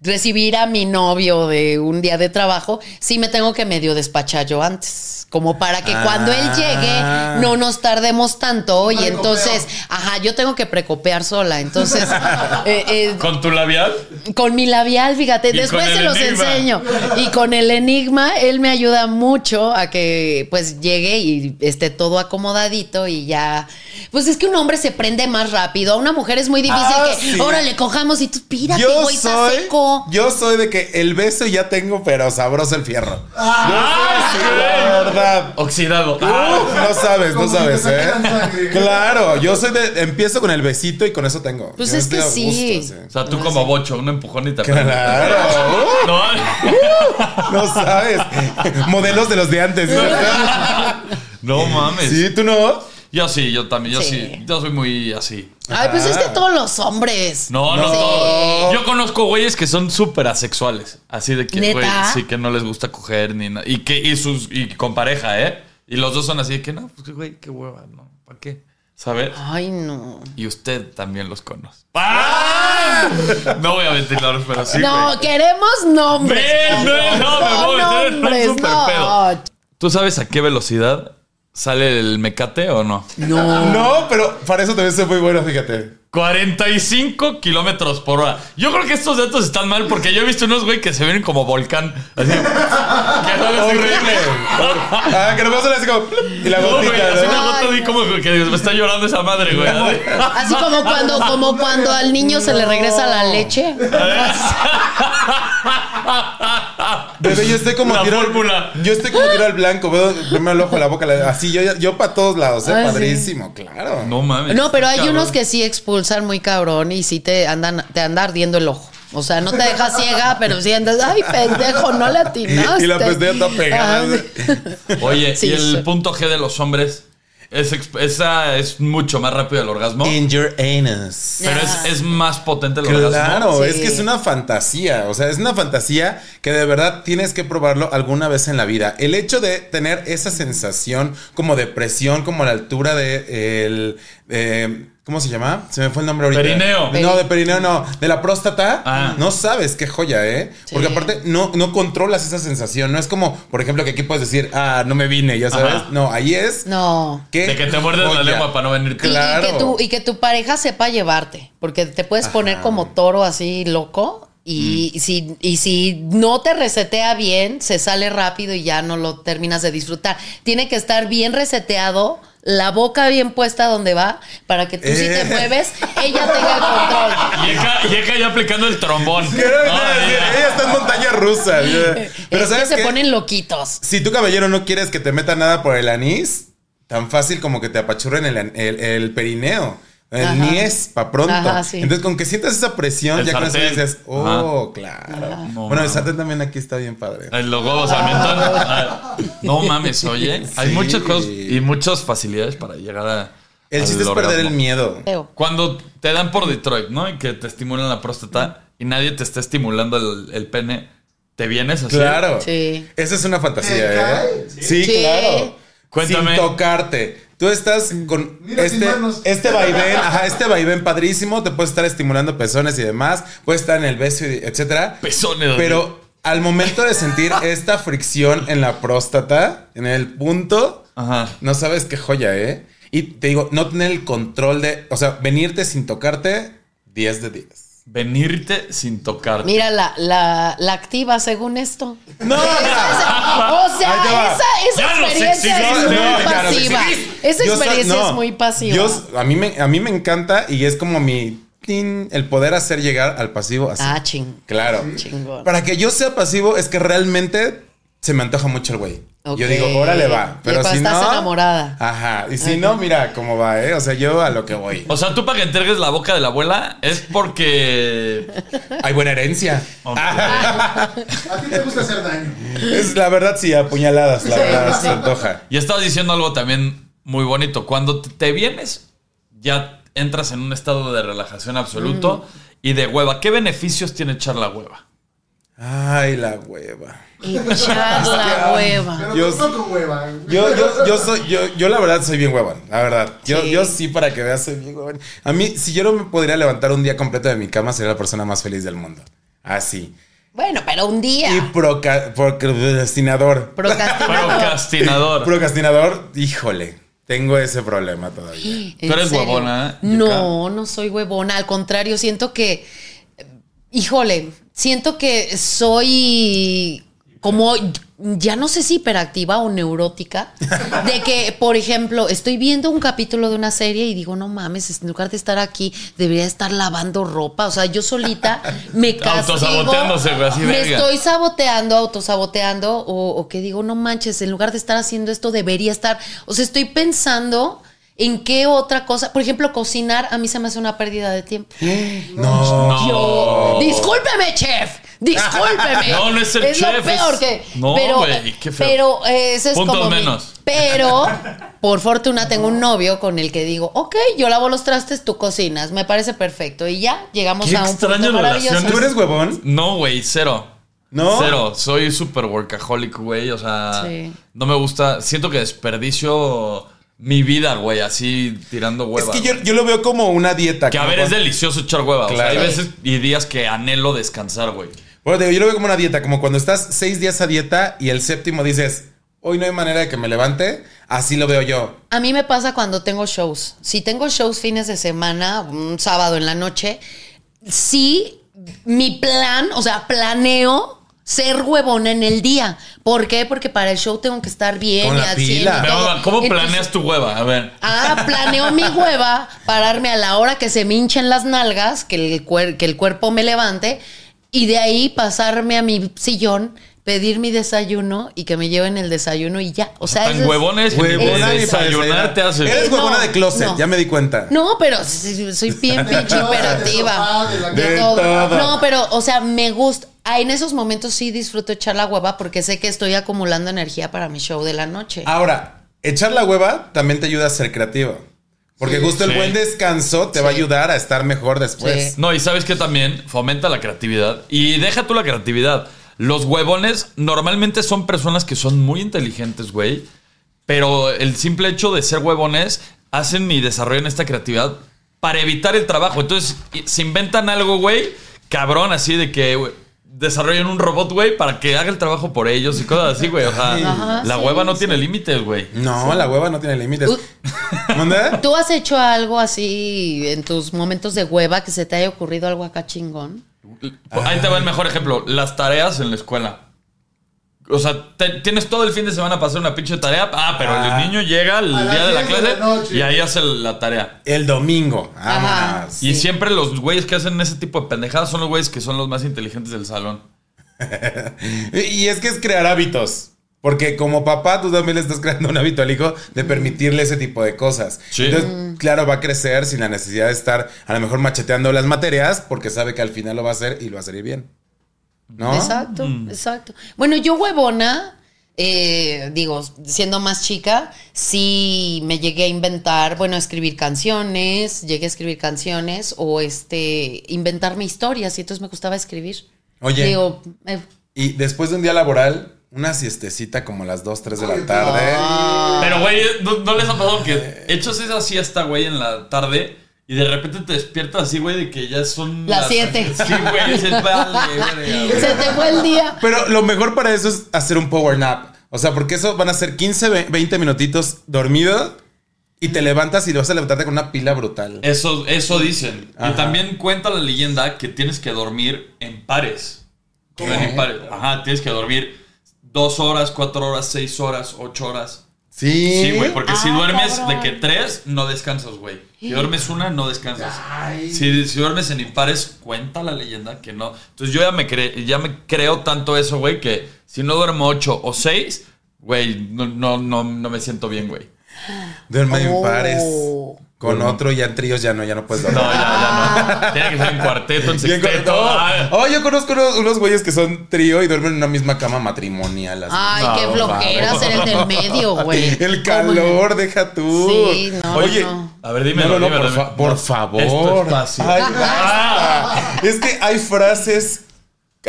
Speaker 3: recibir a mi novio de un día de trabajo, sí me tengo que medio despachar yo antes, como para que
Speaker 2: Ah.
Speaker 3: cuando él
Speaker 1: Ah.
Speaker 3: llegue no nos tardemos tanto y
Speaker 4: Precopeo.
Speaker 3: entonces, ajá, yo tengo que precopear sola, entonces eh, eh,
Speaker 1: ¿Con tu labial?
Speaker 3: con mi labial, fíjate,
Speaker 1: Y con
Speaker 3: después
Speaker 1: el
Speaker 3: se los
Speaker 1: enigma.
Speaker 3: enseño. Y con el enigma, él me ayuda mucho a que pues llegue y esté todo acomodadito y ya. Pues es que un hombre se prende más rápido. A una mujer es muy difícil
Speaker 2: Ah,
Speaker 3: que,
Speaker 2: sí.
Speaker 3: órale, cojamos y tú, pírate,
Speaker 2: Yo
Speaker 3: güey, está
Speaker 2: soy,
Speaker 3: seco.
Speaker 2: yo soy de que el beso ya tengo, pero sabroso el fierro.
Speaker 1: ¡Ay,
Speaker 2: La verdad.
Speaker 1: Oxidado.
Speaker 2: Uf, no sabes, no
Speaker 4: Como que
Speaker 2: sabes,
Speaker 4: te
Speaker 2: ¿eh?
Speaker 4: sacan sangre.
Speaker 2: Claro, yo soy de. Empiezo con el besito y con eso tengo.
Speaker 3: Pues
Speaker 2: Yo
Speaker 3: es que
Speaker 2: estoy a
Speaker 3: sí.
Speaker 1: O sea, tú como bocho, un empujón y te prendes.
Speaker 2: Claro.
Speaker 1: No,
Speaker 2: Uf, no sabes. Modelos de los de antes.
Speaker 1: no mames.
Speaker 2: Sí, tú no.
Speaker 1: Yo sí, yo también, yo sí.
Speaker 3: Sí.
Speaker 1: Yo soy muy así.
Speaker 3: Ay, pues
Speaker 2: Ah.
Speaker 3: es que todos los hombres.
Speaker 1: No, no,
Speaker 2: No.
Speaker 1: no. Yo conozco güeyes que son súper asexuales. Así de que,
Speaker 3: ¿Neta?
Speaker 1: güey, sí que no les gusta coger ni nada. Y que, y sus, y con pareja, ¿eh? Y los dos son así de que, no, pues güey, qué hueva, ¿no? ¿Para qué? ¿Sabes?
Speaker 3: Ay, no.
Speaker 1: Y usted también los conoce. ¡Ah! No voy a ventilar, pero sí.
Speaker 3: no,
Speaker 1: güey.
Speaker 3: queremos nombres.
Speaker 1: Ven,
Speaker 3: cabrón.
Speaker 1: ven, no, me voy,
Speaker 3: No,
Speaker 1: eres un
Speaker 3: nombres,
Speaker 1: super
Speaker 3: no.
Speaker 1: pedo. ¿Tú sabes a qué velocidad sale el mecate o no?
Speaker 2: No, pero para eso también soy muy bueno, fíjate.
Speaker 1: 45 kilómetros por hora. Yo creo que estos datos están mal porque yo he visto unos güey que se ven como volcán. Así. que no les-
Speaker 2: Horrible. Ah, que nomás suena así como. plop, Y la
Speaker 1: No, güey,
Speaker 2: gotita,
Speaker 1: así
Speaker 2: ¿no?
Speaker 1: una gota di como que me está llorando esa madre, güey. Así.
Speaker 3: Así como cuando, como cuando al niño se le regresa la leche.
Speaker 2: Bebé, yo estoy como
Speaker 1: La
Speaker 2: tiro.
Speaker 1: fórmula.
Speaker 2: Yo estoy como tiro al blanco. Veo primero el ojo, la boca, la- así. Yo, yo para todos lados, ¿eh?
Speaker 3: Ah, sí.
Speaker 2: Padrísimo, claro.
Speaker 1: No mames.
Speaker 3: No, pero hay
Speaker 1: cabrón.
Speaker 3: unos que sí expulsan muy cabrón y sí te andan, te anda ardiendo el ojo. O sea, no te deja ciega, pero sí andas, ay, pendejo, no le atinaste.
Speaker 2: Y la pestaña está pegada.
Speaker 3: Ah,
Speaker 1: Oye,
Speaker 3: Sí,
Speaker 1: y el
Speaker 3: sí.
Speaker 1: punto G de los hombres. Es, exp- esa es mucho más rápido el orgasmo.
Speaker 2: In your anus.
Speaker 1: Pero es, es más potente el orgasmo.
Speaker 2: Claro,
Speaker 3: Sí.
Speaker 2: es que es una fantasía, o sea, es una fantasía que de verdad tienes que probarlo alguna vez en la vida. El hecho de tener esa sensación como de presión, como a la altura de el... eh, ¿Cómo se llama? Se me fue el nombre ahorita.
Speaker 1: Perineo.
Speaker 2: No, de perineo no. De la próstata.
Speaker 1: Ah.
Speaker 2: No sabes qué joya, ¿eh?
Speaker 3: Sí.
Speaker 2: Porque aparte no, no controlas esa sensación. No es como, por ejemplo, que aquí puedes decir, ah, no me vine, ya sabes.
Speaker 1: Ajá.
Speaker 2: No, ahí es...
Speaker 3: No.
Speaker 2: ¿qué
Speaker 1: De que te muerdes la
Speaker 2: joya.
Speaker 1: lengua para no venirte.
Speaker 3: Y-
Speaker 2: Claro.
Speaker 3: Y, que tu, y que tu pareja sepa llevarte, porque te puedes poner
Speaker 2: Ajá. Mm.
Speaker 3: como toro así loco. Y, si, y si no te resetea bien, se sale rápido y ya no lo terminas de disfrutar. Tiene que estar bien reseteado la boca bien puesta donde va para que tú si te
Speaker 2: Eh.
Speaker 3: mueves, ella tenga el control.
Speaker 1: Llega, llega ya aplicando el trombón.
Speaker 2: Quiero
Speaker 1: No,
Speaker 2: decir,
Speaker 1: ya.
Speaker 2: ella está en montaña rusa. Pero
Speaker 3: es
Speaker 2: ¿sabes
Speaker 3: que se
Speaker 2: qué?
Speaker 3: ponen loquitos.
Speaker 2: Si tu caballero no quieres que te meta nada por el anís, tan fácil como que te apachurren el, an- el- el perineo.
Speaker 3: Ajá.
Speaker 2: El niés, pa' pronto.
Speaker 3: Ajá, sí.
Speaker 2: Entonces, con que sientas esa presión,
Speaker 1: El
Speaker 2: ya con eso
Speaker 1: sartén.
Speaker 2: dices, oh, claro.
Speaker 1: No,
Speaker 2: bueno, el
Speaker 1: mames.
Speaker 2: sartén también aquí está bien padre.
Speaker 1: Ay, Eh, Los huevos al mentón. Ay, No mames, oye. Hay
Speaker 2: Sí.
Speaker 1: muchas cosas y muchas facilidades para llegar a.
Speaker 2: El
Speaker 1: al
Speaker 2: chiste es perder
Speaker 1: orgasmo.
Speaker 2: el miedo.
Speaker 3: Feo.
Speaker 1: Cuando te dan por Detroit, ¿no? Y que te estimulan la próstata y nadie te está estimulando el, el pene, te vienes así.
Speaker 2: Claro.
Speaker 3: Sí.
Speaker 2: Esa es una fantasía, ¿eh? Sí,
Speaker 3: Sí.
Speaker 2: claro.
Speaker 1: Cuéntame.
Speaker 2: Sin tocarte. Tú estás con
Speaker 4: Mira mis
Speaker 2: este,
Speaker 4: manos.
Speaker 2: este vaivén, ajá, este vaivén padrísimo, te puedes estar estimulando pezones y demás, puedes estar en el beso, y etcétera.
Speaker 1: Pezones.
Speaker 2: Pero al momento de sentir esta fricción en la próstata, en el punto,
Speaker 1: Ajá.
Speaker 2: no sabes qué joya, ¿eh? Y te digo, no tener el control de, o sea, venirte sin tocarte, 10 de 10.
Speaker 1: Venirte sin tocarte.
Speaker 3: Mira, la, la, la activa según esto.
Speaker 2: No,
Speaker 3: O sea,
Speaker 2: Ahí te va.
Speaker 3: esa, esa
Speaker 1: Ya nos
Speaker 3: experiencia es
Speaker 1: exhibiste,
Speaker 3: muy
Speaker 2: ya nos
Speaker 3: pasiva.
Speaker 2: exhibiste.
Speaker 3: Esa
Speaker 2: Yo so-
Speaker 3: experiencia
Speaker 2: no.
Speaker 3: es muy pasiva.
Speaker 2: Yo- a, mí me, a mí me encanta y es como mi... tin, el poder hacer llegar al pasivo así.
Speaker 3: ah, ching.
Speaker 2: Claro.
Speaker 3: Chingón.
Speaker 2: Para que yo sea pasivo es que realmente se me antoja mucho el güey.
Speaker 3: Ok.
Speaker 2: Yo digo, órale va.
Speaker 3: Y
Speaker 2: Pero
Speaker 3: cuando
Speaker 2: si
Speaker 3: estás
Speaker 2: no.
Speaker 3: enamorada.
Speaker 2: Ajá. Y si no, mira cómo va, ¿eh? O sea, yo a lo que voy.
Speaker 1: O sea, tú para que entregues la boca de la abuela es porque.
Speaker 2: Hay buena herencia.
Speaker 1: Hombre.
Speaker 4: A ti te gusta hacer daño.
Speaker 2: Es la verdad, sí, apuñaladas, la
Speaker 3: Sí,
Speaker 2: verdad,
Speaker 3: sí.
Speaker 2: se antoja.
Speaker 1: Y estabas diciendo algo también muy bonito. Cuando te, te vienes, ya entras en un estado de relajación absoluto
Speaker 2: Mm.
Speaker 1: y de hueva. ¿Qué beneficios tiene echar la hueva?
Speaker 2: Ay, la hueva.
Speaker 3: Echar la hueva.
Speaker 4: Pero pues,
Speaker 2: Yo-
Speaker 4: no con hueva.
Speaker 2: Yo, yo, yo soy, yo, yo la verdad soy bien huevón, la verdad. Yo, yo sí, para que veas, soy bien huevón. A mí, si yo no me podría levantar un día completo de mi cama, sería la persona más feliz del mundo. Así.
Speaker 3: Bueno, pero un día.
Speaker 2: Y proca- procrastinador.
Speaker 3: Procrastinador.
Speaker 1: Procrastinador.
Speaker 2: Procrastinador, híjole, tengo ese problema todavía.
Speaker 1: Tú eres
Speaker 3: ¿En serio?
Speaker 1: huevona, ¿eh?
Speaker 3: No, no soy huevona. Al contrario, siento que. Híjole, siento que soy como. Ya no sé si hiperactiva o neurótica. De que, por ejemplo, estoy viendo un capítulo de una serie y digo, no mames, en lugar de estar aquí, debería estar lavando ropa. O sea, yo solita me castigo.
Speaker 1: Autosaboteándose, güey, así,
Speaker 3: Me
Speaker 1: verga.
Speaker 3: estoy saboteando, autosaboteando. O, o que digo, no manches, en lugar de estar haciendo esto, debería estar. O sea, estoy pensando. ¿En qué otra cosa? Por ejemplo, cocinar a mí se me hace una pérdida de tiempo.
Speaker 2: No.
Speaker 3: Yo, discúlpeme, chef. Discúlpeme.
Speaker 1: No, no es el
Speaker 3: lo
Speaker 1: chef,
Speaker 3: peor
Speaker 1: es-
Speaker 3: que.
Speaker 1: No,
Speaker 3: pero,
Speaker 1: güey, qué feo.
Speaker 3: pero eh, ese es
Speaker 1: Puntos
Speaker 3: como. mi-
Speaker 1: menos.
Speaker 3: pero, por fortuna, tengo un novio con el que digo, ok, yo lavo los trastes, tú cocinas. Me parece perfecto. Y ya llegamos
Speaker 1: Qué
Speaker 3: a un
Speaker 1: extraña
Speaker 3: punto maravilloso.
Speaker 1: relación.
Speaker 2: ¿Tú eres huevón?
Speaker 1: No, güey, cero.
Speaker 2: ¿No?
Speaker 1: Cero. Soy súper workaholic, güey. O sea,
Speaker 3: Sí.
Speaker 1: no me gusta. Siento que desperdicio mi vida, güey, así tirando hueva.
Speaker 2: es que yo, yo lo veo como una dieta.
Speaker 1: Que a
Speaker 2: como
Speaker 1: ver, es
Speaker 2: cuando-
Speaker 1: delicioso echar hueva. O sea, hay
Speaker 2: Claro.
Speaker 1: veces y días que anhelo descansar, güey.
Speaker 2: Bueno, te digo, yo lo veo como una dieta, como cuando estás seis días a dieta y el séptimo dices, hoy no hay manera de que me levante, así lo veo yo.
Speaker 3: A mí me pasa cuando tengo shows. Si tengo shows fines de semana, un sábado en la noche, sí, mi plan, o sea, planeo ser huevona en el día. ¿Por qué? Porque para el show tengo que estar bien
Speaker 2: Con
Speaker 3: y
Speaker 2: la
Speaker 3: haciendo
Speaker 2: pila.
Speaker 3: y
Speaker 1: Pero,
Speaker 3: todo.
Speaker 1: ¿cómo
Speaker 3: Entonces,
Speaker 1: planeas tu hueva? A ver.
Speaker 3: Ah, planeo mi hueva, pararme a la hora que se me hinchen las nalgas, que el, cuer- que el cuerpo me levante, y de ahí pasarme a mi sillón, pedir mi desayuno y que me lleven el desayuno y ya. O sea,
Speaker 1: Tan
Speaker 3: eso es-
Speaker 1: huevones y
Speaker 2: Huevona
Speaker 1: de
Speaker 2: ni para
Speaker 1: desayunar te haces.
Speaker 2: Eres
Speaker 3: No,
Speaker 2: huevona de closet,
Speaker 3: no.
Speaker 2: ya me di cuenta.
Speaker 3: No, pero sí, sí, soy bien pinche hiperactiva.
Speaker 4: De la
Speaker 2: De
Speaker 3: Todo.
Speaker 2: todo.
Speaker 3: No, pero, o sea, me gusta. Ah, en esos momentos sí disfruto echar la hueva porque sé que estoy acumulando energía para mi show de la noche.
Speaker 2: Ah, Ahora, echar la hueva también te ayuda a ser creativo. Porque justo el
Speaker 1: Sí.
Speaker 2: buen descanso te va a
Speaker 3: Sí.
Speaker 2: ayudar a estar mejor después.
Speaker 3: Sí.
Speaker 1: No, y sabes que también fomenta la creatividad. Y deja tú la creatividad. Los huevones normalmente son personas que son muy inteligentes, güey. Pero el simple hecho de ser huevones hacen y desarrollan esta creatividad para evitar el trabajo. Entonces, y- se inventan algo, güey, cabrón, así de que güey, desarrollan un robot, güey, para que haga el trabajo por ellos y cosas así, güey. O sea,
Speaker 3: Ajá,
Speaker 1: la
Speaker 3: sí,
Speaker 1: hueva no
Speaker 3: sí.
Speaker 1: tiene límites, güey.
Speaker 2: No, la hueva no tiene límites.
Speaker 3: Uh.
Speaker 2: ¿Manda?
Speaker 3: ¿Tú has hecho algo así en tus momentos de hueva que se te haya ocurrido algo acá chingón?
Speaker 1: Pues Ahí te va el mejor ejemplo. Las tareas en la escuela. O sea, te- tienes todo el fin de semana para hacer una pinche tarea. Ah, pero
Speaker 2: Ah.
Speaker 1: el niño llega el
Speaker 4: A las
Speaker 1: día de la
Speaker 4: 10 de
Speaker 1: clase
Speaker 4: la noche.
Speaker 1: y ahí hace la tarea.
Speaker 2: El domingo.
Speaker 3: Ajá.
Speaker 2: Vámonos.
Speaker 1: Y
Speaker 3: Sí.
Speaker 1: siempre los güeyes que hacen ese tipo de pendejadas son los güeyes que son los más inteligentes del salón.
Speaker 2: Y es que es crear hábitos. Porque como papá, tú también le estás creando un hábito al hijo de permitirle ese tipo de cosas.
Speaker 1: Sí.
Speaker 3: Mm.
Speaker 2: Entonces, claro, va a crecer sin la necesidad de estar a lo mejor macheteando las materias porque sabe que al final lo va a hacer y lo va a hacer bien. ¿No?
Speaker 3: Exacto,
Speaker 1: Mm.
Speaker 3: exacto. Bueno, yo huevona, eh, digo, siendo más chica, sí me llegué a inventar, bueno, a escribir canciones, llegué a escribir canciones o este, inventarme historias y entonces me gustaba escribir.
Speaker 2: Oye.
Speaker 3: Digo, eh,
Speaker 2: Y después de un día laboral, una siestecita como a las 2, 3 de la tarde.
Speaker 1: Pero, güey, ¿no, no les ha pasado que hechos esa siesta, güey, en la tarde y de repente te despiertas así, güey, de que ya son
Speaker 3: Las siete.
Speaker 1: Sí, güey, es el vale, güey.
Speaker 3: se te fue el día.
Speaker 2: Pero lo mejor para eso es hacer un power nap. O sea, porque eso van a ser 15, ve- 20 minutitos dormido y te levantas y vas a levantarte con una pila brutal.
Speaker 1: Eso, eso dicen. Y
Speaker 2: Ajá.
Speaker 1: también cuenta la leyenda que tienes que dormir en pares.
Speaker 2: ¿Qué?
Speaker 1: En pares. Ajá, tienes que dormir dos horas, cuatro horas, seis horas, ocho horas.
Speaker 2: Sí.
Speaker 1: Sí, güey, porque si
Speaker 3: Ah,
Speaker 1: duermes de
Speaker 3: cabrón.
Speaker 1: que tres, no descansas, güey. Si duermes una, no descansas.
Speaker 4: Ay.
Speaker 1: Si, si duermes en impares, cuenta la leyenda que no. Entonces yo ya me, cre- ya me creo tanto eso, güey, que si no duermo ocho o seis, güey, no, no, no, no me siento bien, güey.
Speaker 2: Duerme en
Speaker 3: Oh.
Speaker 2: pares. Con otro ya en tríos ya no, ya no puedes
Speaker 1: No,
Speaker 2: dormir.
Speaker 1: ya, ya no. Tiene que ser en cuarteto, en
Speaker 2: Bien
Speaker 1: sexteto.
Speaker 2: cortado.
Speaker 1: ah,
Speaker 2: Oh, yo conozco unos, unos güeyes que son trío y duermen en una misma cama matrimonial. así.
Speaker 3: Ay, qué
Speaker 1: No,
Speaker 3: flojera
Speaker 1: vamos.
Speaker 3: ser el del medio, Ah, güey.
Speaker 2: El calor, deja tú.
Speaker 3: Sí, no,
Speaker 2: Oye,
Speaker 3: Ah, no.
Speaker 1: A ver, dime.
Speaker 2: no, no, no, por, fa- por favor.
Speaker 1: Esto es fácil.
Speaker 2: Ay,
Speaker 1: Ah.
Speaker 2: es que hay frases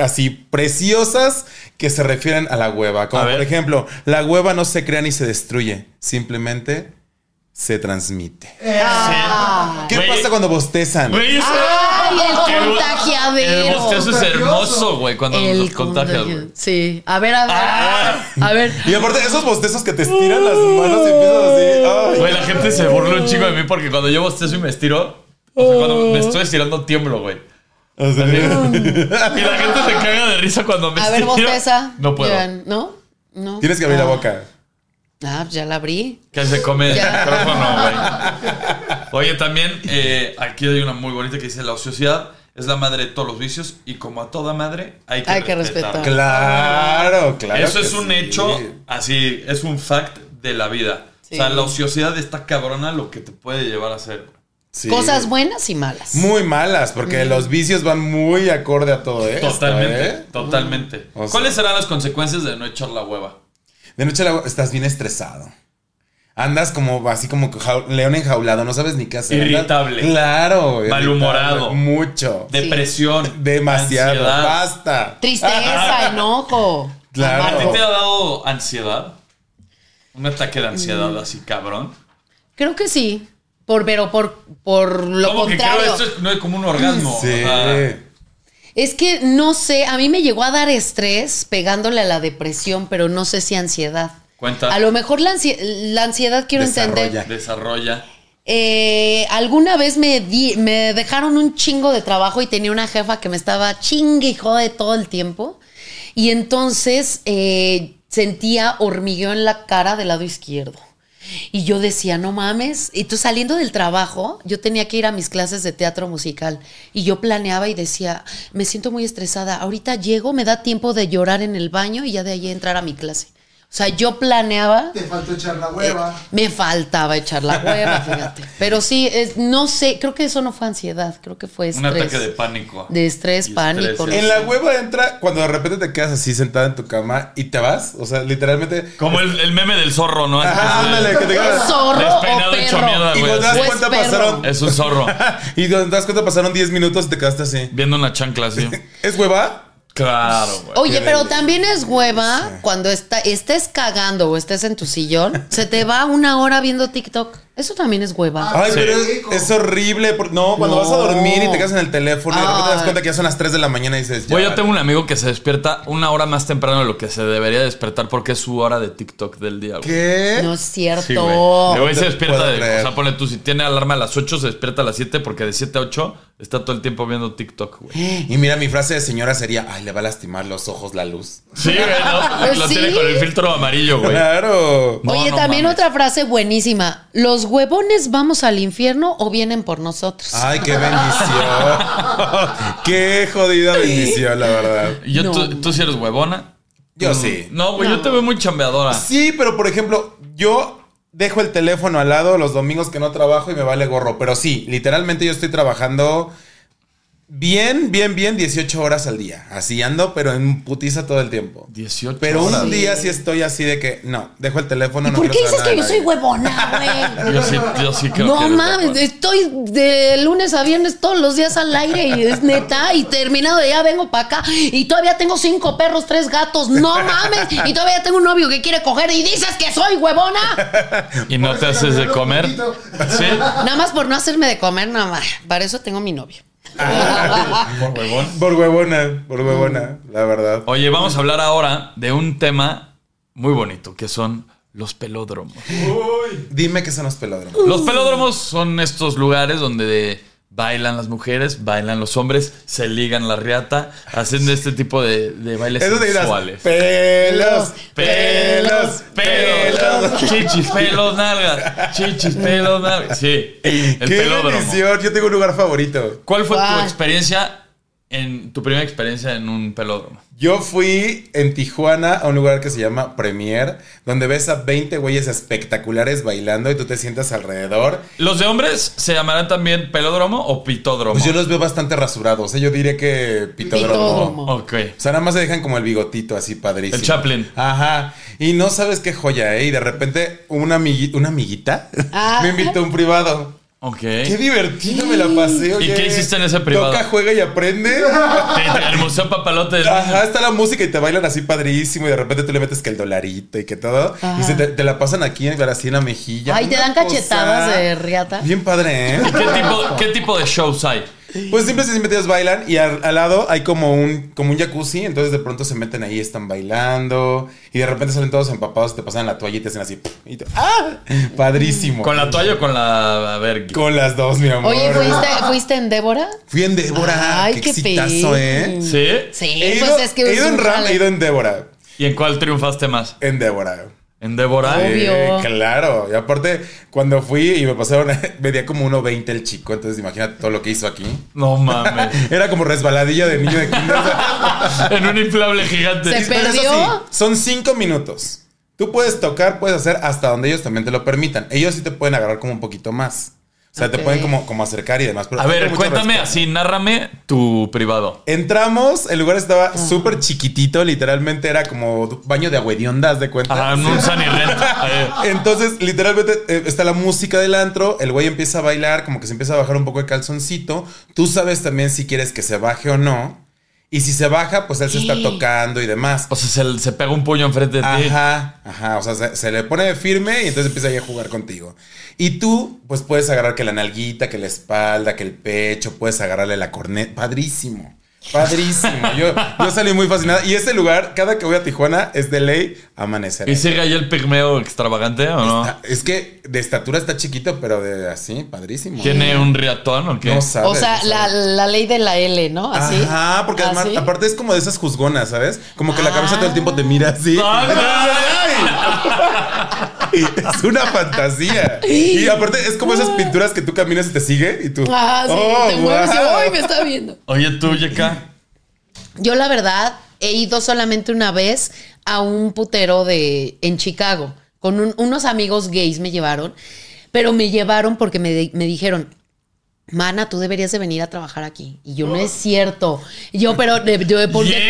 Speaker 2: así preciosas que se refieren a la hueva. Como
Speaker 1: A
Speaker 2: por
Speaker 1: ver.
Speaker 2: ejemplo, la hueva no se crea ni se destruye, simplemente se transmite.
Speaker 4: Eh,
Speaker 3: Ah.
Speaker 2: ¿Qué
Speaker 1: Güey,
Speaker 2: pasa cuando bostezan?
Speaker 1: Güey, eso-
Speaker 3: Ay, el
Speaker 1: Qué bu-
Speaker 3: contagiadero.
Speaker 1: El bostezo es hermoso, güey, cuando nos
Speaker 3: El
Speaker 1: contagias,
Speaker 3: contagio.
Speaker 1: güey.
Speaker 3: Sí, a ver, a ver.
Speaker 1: Ah.
Speaker 3: A ver.
Speaker 2: Y aparte, esos bostezos que te estiran las manos y empiezas así. ay.
Speaker 1: Güey, la gente se burla un chico de mí porque cuando yo bostezo y me estiro, o sea, cuando me estoy estirando tiemblo, güey.
Speaker 2: Así.
Speaker 1: Y la gente se caga de risa cuando me
Speaker 3: A ver,
Speaker 1: estiro.
Speaker 3: bosteza.
Speaker 1: No puedo.
Speaker 3: Llegan, ¿No? No.
Speaker 2: Tienes que abrir la
Speaker 3: Ah.
Speaker 2: boca.
Speaker 3: Ah, ya la abrí.
Speaker 1: Que se come el
Speaker 3: Ya.
Speaker 1: micrófono, güey. Oye, también eh, aquí hay una muy bonita que dice: La ociosidad es la madre de todos los vicios y como a toda madre hay que
Speaker 3: Hay que
Speaker 1: respetarla".
Speaker 3: respetar.
Speaker 2: Claro, claro.
Speaker 1: Eso
Speaker 2: que
Speaker 1: es un
Speaker 2: sí.
Speaker 1: hecho, así, es un fact de la vida.
Speaker 3: Sí.
Speaker 1: O sea, la ociosidad está cabrona lo que te puede llevar a hacer.
Speaker 2: Sí.
Speaker 3: Cosas Mm. buenas y malas.
Speaker 2: Muy malas, porque los vicios van muy acorde a todo esto.
Speaker 1: Totalmente,
Speaker 2: ¿eh?
Speaker 1: totalmente.
Speaker 2: O sea-
Speaker 1: ¿Cuáles serán las consecuencias de no echar la hueva?
Speaker 2: De noche la- estás bien estresado. Andas como así como que jau- león enjaulado, no sabes ni qué hacer. andas-
Speaker 1: Irritable.
Speaker 2: Claro.
Speaker 1: Malhumorado.
Speaker 2: irritable, Mucho.
Speaker 1: Depresión.
Speaker 2: Demasiado.
Speaker 1: ansiedad.
Speaker 2: Basta.
Speaker 3: Tristeza, enojo.
Speaker 2: Claro.
Speaker 1: ¿A ti
Speaker 3: amargo.
Speaker 1: te ha dado ansiedad? Un ataque de ansiedad
Speaker 3: Mm.
Speaker 1: así, cabrón.
Speaker 3: Creo que sí. Por, pero por, por lo
Speaker 1: Como que creo
Speaker 3: contrario.
Speaker 1: esto es, no es como un orgasmo.
Speaker 2: Sí.
Speaker 1: o sea,
Speaker 3: Es que no sé, a mí me llegó a dar estrés pegándole a la depresión, pero no sé si ansiedad.
Speaker 1: Cuenta.
Speaker 3: A lo mejor la, ansie- la ansiedad quiero entender.
Speaker 2: Desarrolla.
Speaker 1: desarrolla.
Speaker 3: Eh, alguna vez me, di- me dejaron un chingo de trabajo y tenía una jefa que me estaba chingue y jode todo el tiempo. Y entonces eh, sentía hormigueo en la cara del lado izquierdo. Y yo decía, no mames. Y tú saliendo del trabajo, yo tenía que ir a mis clases de teatro musical. Y yo planeaba y decía, me siento muy estresada. Ahorita llego, me da tiempo de llorar en el baño y ya de ahí entrar a mi clase. O sea, yo planeaba
Speaker 4: Te faltó echar la hueva.
Speaker 3: eh, me faltaba echar la hueva, fíjate. Pero sí, es- no sé, creo que eso no fue ansiedad, creo que fue
Speaker 1: Un
Speaker 3: estrés.
Speaker 1: ataque de pánico.
Speaker 3: De estrés,
Speaker 1: Y
Speaker 3: pánico.
Speaker 1: estrés,
Speaker 3: no
Speaker 2: En
Speaker 3: sé.
Speaker 2: la hueva entra cuando de repente te quedas así sentada en tu cama y te vas. O sea, literalmente.
Speaker 1: Como el, el meme del zorro, ¿no?
Speaker 2: Ajá,
Speaker 1: Así que se-
Speaker 2: Ah, ándale, que te quedas.
Speaker 3: Zorro o
Speaker 1: Despeinado y chomeada,
Speaker 3: perro.
Speaker 2: Y
Speaker 1: güey,
Speaker 2: cuando te das
Speaker 1: así.
Speaker 3: Pues
Speaker 2: cuenta
Speaker 3: perro.
Speaker 2: pasaron.
Speaker 1: Es un zorro.
Speaker 2: Y cuando te das cuenta pasaron 10 minutos y te quedaste así.
Speaker 1: Viendo una chancla así.
Speaker 2: ¿Es hueva?
Speaker 1: Claro, güey.
Speaker 3: Oye,
Speaker 2: Qué
Speaker 3: pero
Speaker 2: delicia.
Speaker 3: también es hueva cuando está, estés cagando o estés en tu sillón, se te va una hora viendo TikTok. Eso también es
Speaker 1: Ah,
Speaker 3: hueva.
Speaker 2: Ay,
Speaker 4: Sí.
Speaker 2: pero es, es horrible. por- No, cuando vas a dormir y te quedas en el teléfono y de repente te das
Speaker 3: Ay.
Speaker 2: cuenta que ya son las 3 de la mañana y dices, ya.
Speaker 1: Güey, yo tengo un amigo que se despierta una hora más temprano de lo que se debería despertar porque es su hora de TikTok del día, güey.
Speaker 2: ¿Qué?
Speaker 3: No es cierto.
Speaker 1: Sí, güey. El güey se
Speaker 2: te
Speaker 1: despierta
Speaker 2: puedo
Speaker 1: de.
Speaker 2: creer.
Speaker 1: O sea, ponle tú, si tiene alarma a las 8, se despierta a las 7 porque de 7 a 8 está todo el tiempo viendo TikTok, güey.
Speaker 2: Y mira, mi frase de señora sería, ay, le va a lastimar los ojos la luz.
Speaker 1: Sí, güey, ¿no?
Speaker 3: Pues
Speaker 1: Lo
Speaker 3: sí.
Speaker 1: tiene con el filtro amarillo, güey.
Speaker 2: Claro.
Speaker 1: No,
Speaker 3: Oye,
Speaker 1: no
Speaker 3: también
Speaker 1: mames.
Speaker 3: otra frase buenísima. ¿Los huevones vamos al infierno o vienen por nosotros?
Speaker 1: Ah,
Speaker 2: Ay, qué bendición. qué jodida bendición, la verdad.
Speaker 1: Yo,
Speaker 3: No,
Speaker 1: tú, tú sí eres huevona. Mm.
Speaker 2: Yo sí.
Speaker 1: No, güey, yo te veo muy chambeadora.
Speaker 2: Sí, pero por ejemplo, yo dejo el teléfono al lado los domingos que no trabajo y me vale gorro. Pero sí, literalmente yo estoy trabajando bien, bien, bien 18 horas al día. Así ando, pero en putiza todo el tiempo.
Speaker 1: 18
Speaker 2: Pero
Speaker 1: horas.
Speaker 2: un día sí estoy así de que no, dejo el teléfono.
Speaker 3: ¿Y
Speaker 2: no
Speaker 3: por
Speaker 2: quiero
Speaker 3: qué
Speaker 2: saber
Speaker 3: dices
Speaker 2: nada
Speaker 3: que
Speaker 2: de nadie.
Speaker 3: yo soy huevona, güey?
Speaker 1: Yo sí, yo sí creo que
Speaker 3: No
Speaker 1: eres
Speaker 3: mames,
Speaker 1: huevona.
Speaker 3: estoy de lunes a viernes todos los días al aire y es neta. Y terminado de ya vengo para acá y todavía tengo cinco perros, tres gatos. No mames, y todavía tengo un novio que quiere coger y dices que soy huevona.
Speaker 1: ¿Y no
Speaker 4: Por
Speaker 1: te
Speaker 4: eso
Speaker 1: haces
Speaker 4: me
Speaker 1: de
Speaker 4: hablo
Speaker 1: comer?
Speaker 4: poquito.
Speaker 1: Sí.
Speaker 3: Nada más por no hacerme de comer, nada más. Para eso tengo mi novio.
Speaker 1: Por huevón.
Speaker 2: Por huevona, por huevona, la verdad.
Speaker 1: Oye, vamos a hablar ahora de un tema muy bonito, que son los pelódromos.
Speaker 2: Dime que son los pelódromos.
Speaker 1: Los pelódromos son estos lugares donde bailan las mujeres, bailan los hombres, se ligan la riata, hacen de este tipo de, de bailes
Speaker 2: Eso te dirás.
Speaker 1: sexuales.
Speaker 2: Pelos,
Speaker 1: Pelos,
Speaker 2: pelos,
Speaker 1: pelos, chichis, pelos, nalgas, chichis, pelos, nalgas. Sí, el
Speaker 2: Qué
Speaker 1: pelódromo.
Speaker 2: bendición. Yo tengo un lugar favorito.
Speaker 1: ¿Cuál fue tu
Speaker 3: ¿Cuál?
Speaker 1: experiencia en tu primera experiencia en un pelódromo?
Speaker 2: Yo fui en Tijuana a un lugar que se llama Premier, donde ves a 20 güeyes espectaculares bailando y tú te sientas alrededor.
Speaker 1: ¿Los de hombres se llamarán también pelódromo o pitodromo?
Speaker 2: Pues yo los veo bastante rasurados. ¿eh? Yo diría que
Speaker 3: Pitódromo.
Speaker 2: pitodromo.
Speaker 1: Ok.
Speaker 2: O sea, nada más se dejan como el bigotito así padrísimo.
Speaker 1: El Chaplin.
Speaker 2: Ajá. Y no sabes qué joya, ¿eh? Y de repente una, amigui- una amiguita
Speaker 3: Ah.
Speaker 2: me invitó a un privado.
Speaker 1: Ok.
Speaker 2: Qué divertido me la pasé. Oye,
Speaker 1: ¿Eh? qué hiciste en ese privado?
Speaker 2: Toca, juega y aprende.
Speaker 1: Te- te- El Museo Papalote. del-
Speaker 2: Ajá, está la música y te bailan así padrísimo y de repente tú le metes que el dolarito y que todo.
Speaker 3: Ajá.
Speaker 2: Y se te, te la pasan aquí en así en la mejilla.
Speaker 3: Ay, te
Speaker 2: Una
Speaker 3: dan cachetadas de riata.
Speaker 2: Bien padre, ¿eh?
Speaker 1: ¿Qué tipo, ¿Qué tipo de shows hay?
Speaker 2: Pues siempre se meten, ellos bailan y al, al lado hay como un, como un jacuzzi, entonces de pronto se meten ahí, están bailando y de repente salen todos empapados, te pasan la toalla y te hacen así. y tú, ¡Ah!
Speaker 3: Mm.
Speaker 2: Padrísimo.
Speaker 1: ¿Con la toalla o con la a ver,
Speaker 2: Con las dos, mi amor.
Speaker 3: Oye, ¿fuiste, fuiste en Débora?
Speaker 2: Fui en Débora.
Speaker 3: Ay,
Speaker 2: qué
Speaker 3: qué
Speaker 2: exitazo, ¿eh?
Speaker 3: pe-
Speaker 1: ¿Sí?
Speaker 3: Sí,
Speaker 2: He ido,
Speaker 3: pues es que
Speaker 2: he
Speaker 3: es
Speaker 2: ido en
Speaker 3: un
Speaker 2: Ram,
Speaker 3: jale.
Speaker 2: he ido en Débora.
Speaker 1: ¿Y en cuál triunfaste más?
Speaker 2: En Débora.
Speaker 1: ¿En Débora?
Speaker 3: Obvio.
Speaker 2: Eh, claro, y aparte, cuando fui y me pasaron, medía como 1.20 el chico, entonces imagínate todo lo que hizo aquí.
Speaker 1: No mames.
Speaker 2: Era como resbaladilla de niño de kinder. o sea,
Speaker 1: en un inflable gigante.
Speaker 3: Se-
Speaker 2: pero eso
Speaker 3: perdió?
Speaker 2: sí, son cinco minutos. Tú puedes tocar, puedes hacer hasta donde ellos también te lo permitan. Ellos sí te pueden agarrar como un poquito más. O sea, te
Speaker 3: Ok.
Speaker 2: pueden como, como acercar y demás. pero
Speaker 1: A
Speaker 2: hay
Speaker 1: ver,
Speaker 2: mucho
Speaker 1: cuéntame
Speaker 2: respeto.
Speaker 1: así, nárrame tu privado.
Speaker 2: Entramos, el lugar estaba
Speaker 3: Ah.
Speaker 2: súper chiquitito, literalmente era como baño de agüediondas de cuenta.
Speaker 1: Ajá, en un Sunny Rent. A ver.
Speaker 2: Entonces, literalmente eh, está la música del antro, el güey empieza a bailar, como que se empieza a bajar un poco el calzoncito. Tú sabes también si quieres que se baje o no. Y si se baja, pues él se está
Speaker 3: Sí.
Speaker 2: tocando y demás.
Speaker 1: O sea, se, se pega un puño enfrente de ti.
Speaker 2: Ajá, ajá, o sea, se, se le pone firme y entonces empieza ahí a jugar contigo. Y tú, pues puedes agarrar que la nalguita, que la espalda, que el pecho, puedes agarrarle la corneta. Padrísimo, padrísimo. Yo, yo salí muy fascinada. Y ese lugar, cada que voy a Tijuana, es de ley amanecer.
Speaker 1: ¿Y sigue ahí el pigmeo extravagante o no?
Speaker 2: Ah, Es que de estatura está chiquito, pero de así, padrísimo.
Speaker 1: ¿Tiene un riatón o qué?
Speaker 2: No sabes.
Speaker 3: O sea,
Speaker 2: no
Speaker 3: la,
Speaker 2: sabes.
Speaker 3: la ley de la L, ¿no? Así. ¿Ah,
Speaker 2: Ajá, porque además-
Speaker 3: ¿Así?
Speaker 2: aparte es como de esas juzgonas, ¿sabes? Como que la cabeza todo el tiempo te mira así.
Speaker 1: ¡Ah, no!
Speaker 2: ¡Ay! Es una fantasía. Y aparte es como esas pinturas que tú caminas y te sigue y tú.
Speaker 3: Ajá, Ah, sí,
Speaker 2: ¡Oh,
Speaker 3: te mueves y
Speaker 2: wow!
Speaker 3: ¡ay, me está viendo!
Speaker 1: Oye, tú, Yeka.
Speaker 3: Yo, la verdad, he ido solamente una vez a un putero de en Chicago. Con un- unos amigos gays me llevaron, pero me llevaron porque me, di- me dijeron. Mana, tú deberías de venir a trabajar aquí. Y yo no es cierto. Y Yo, pero de, yo de- por de
Speaker 1: Yeka,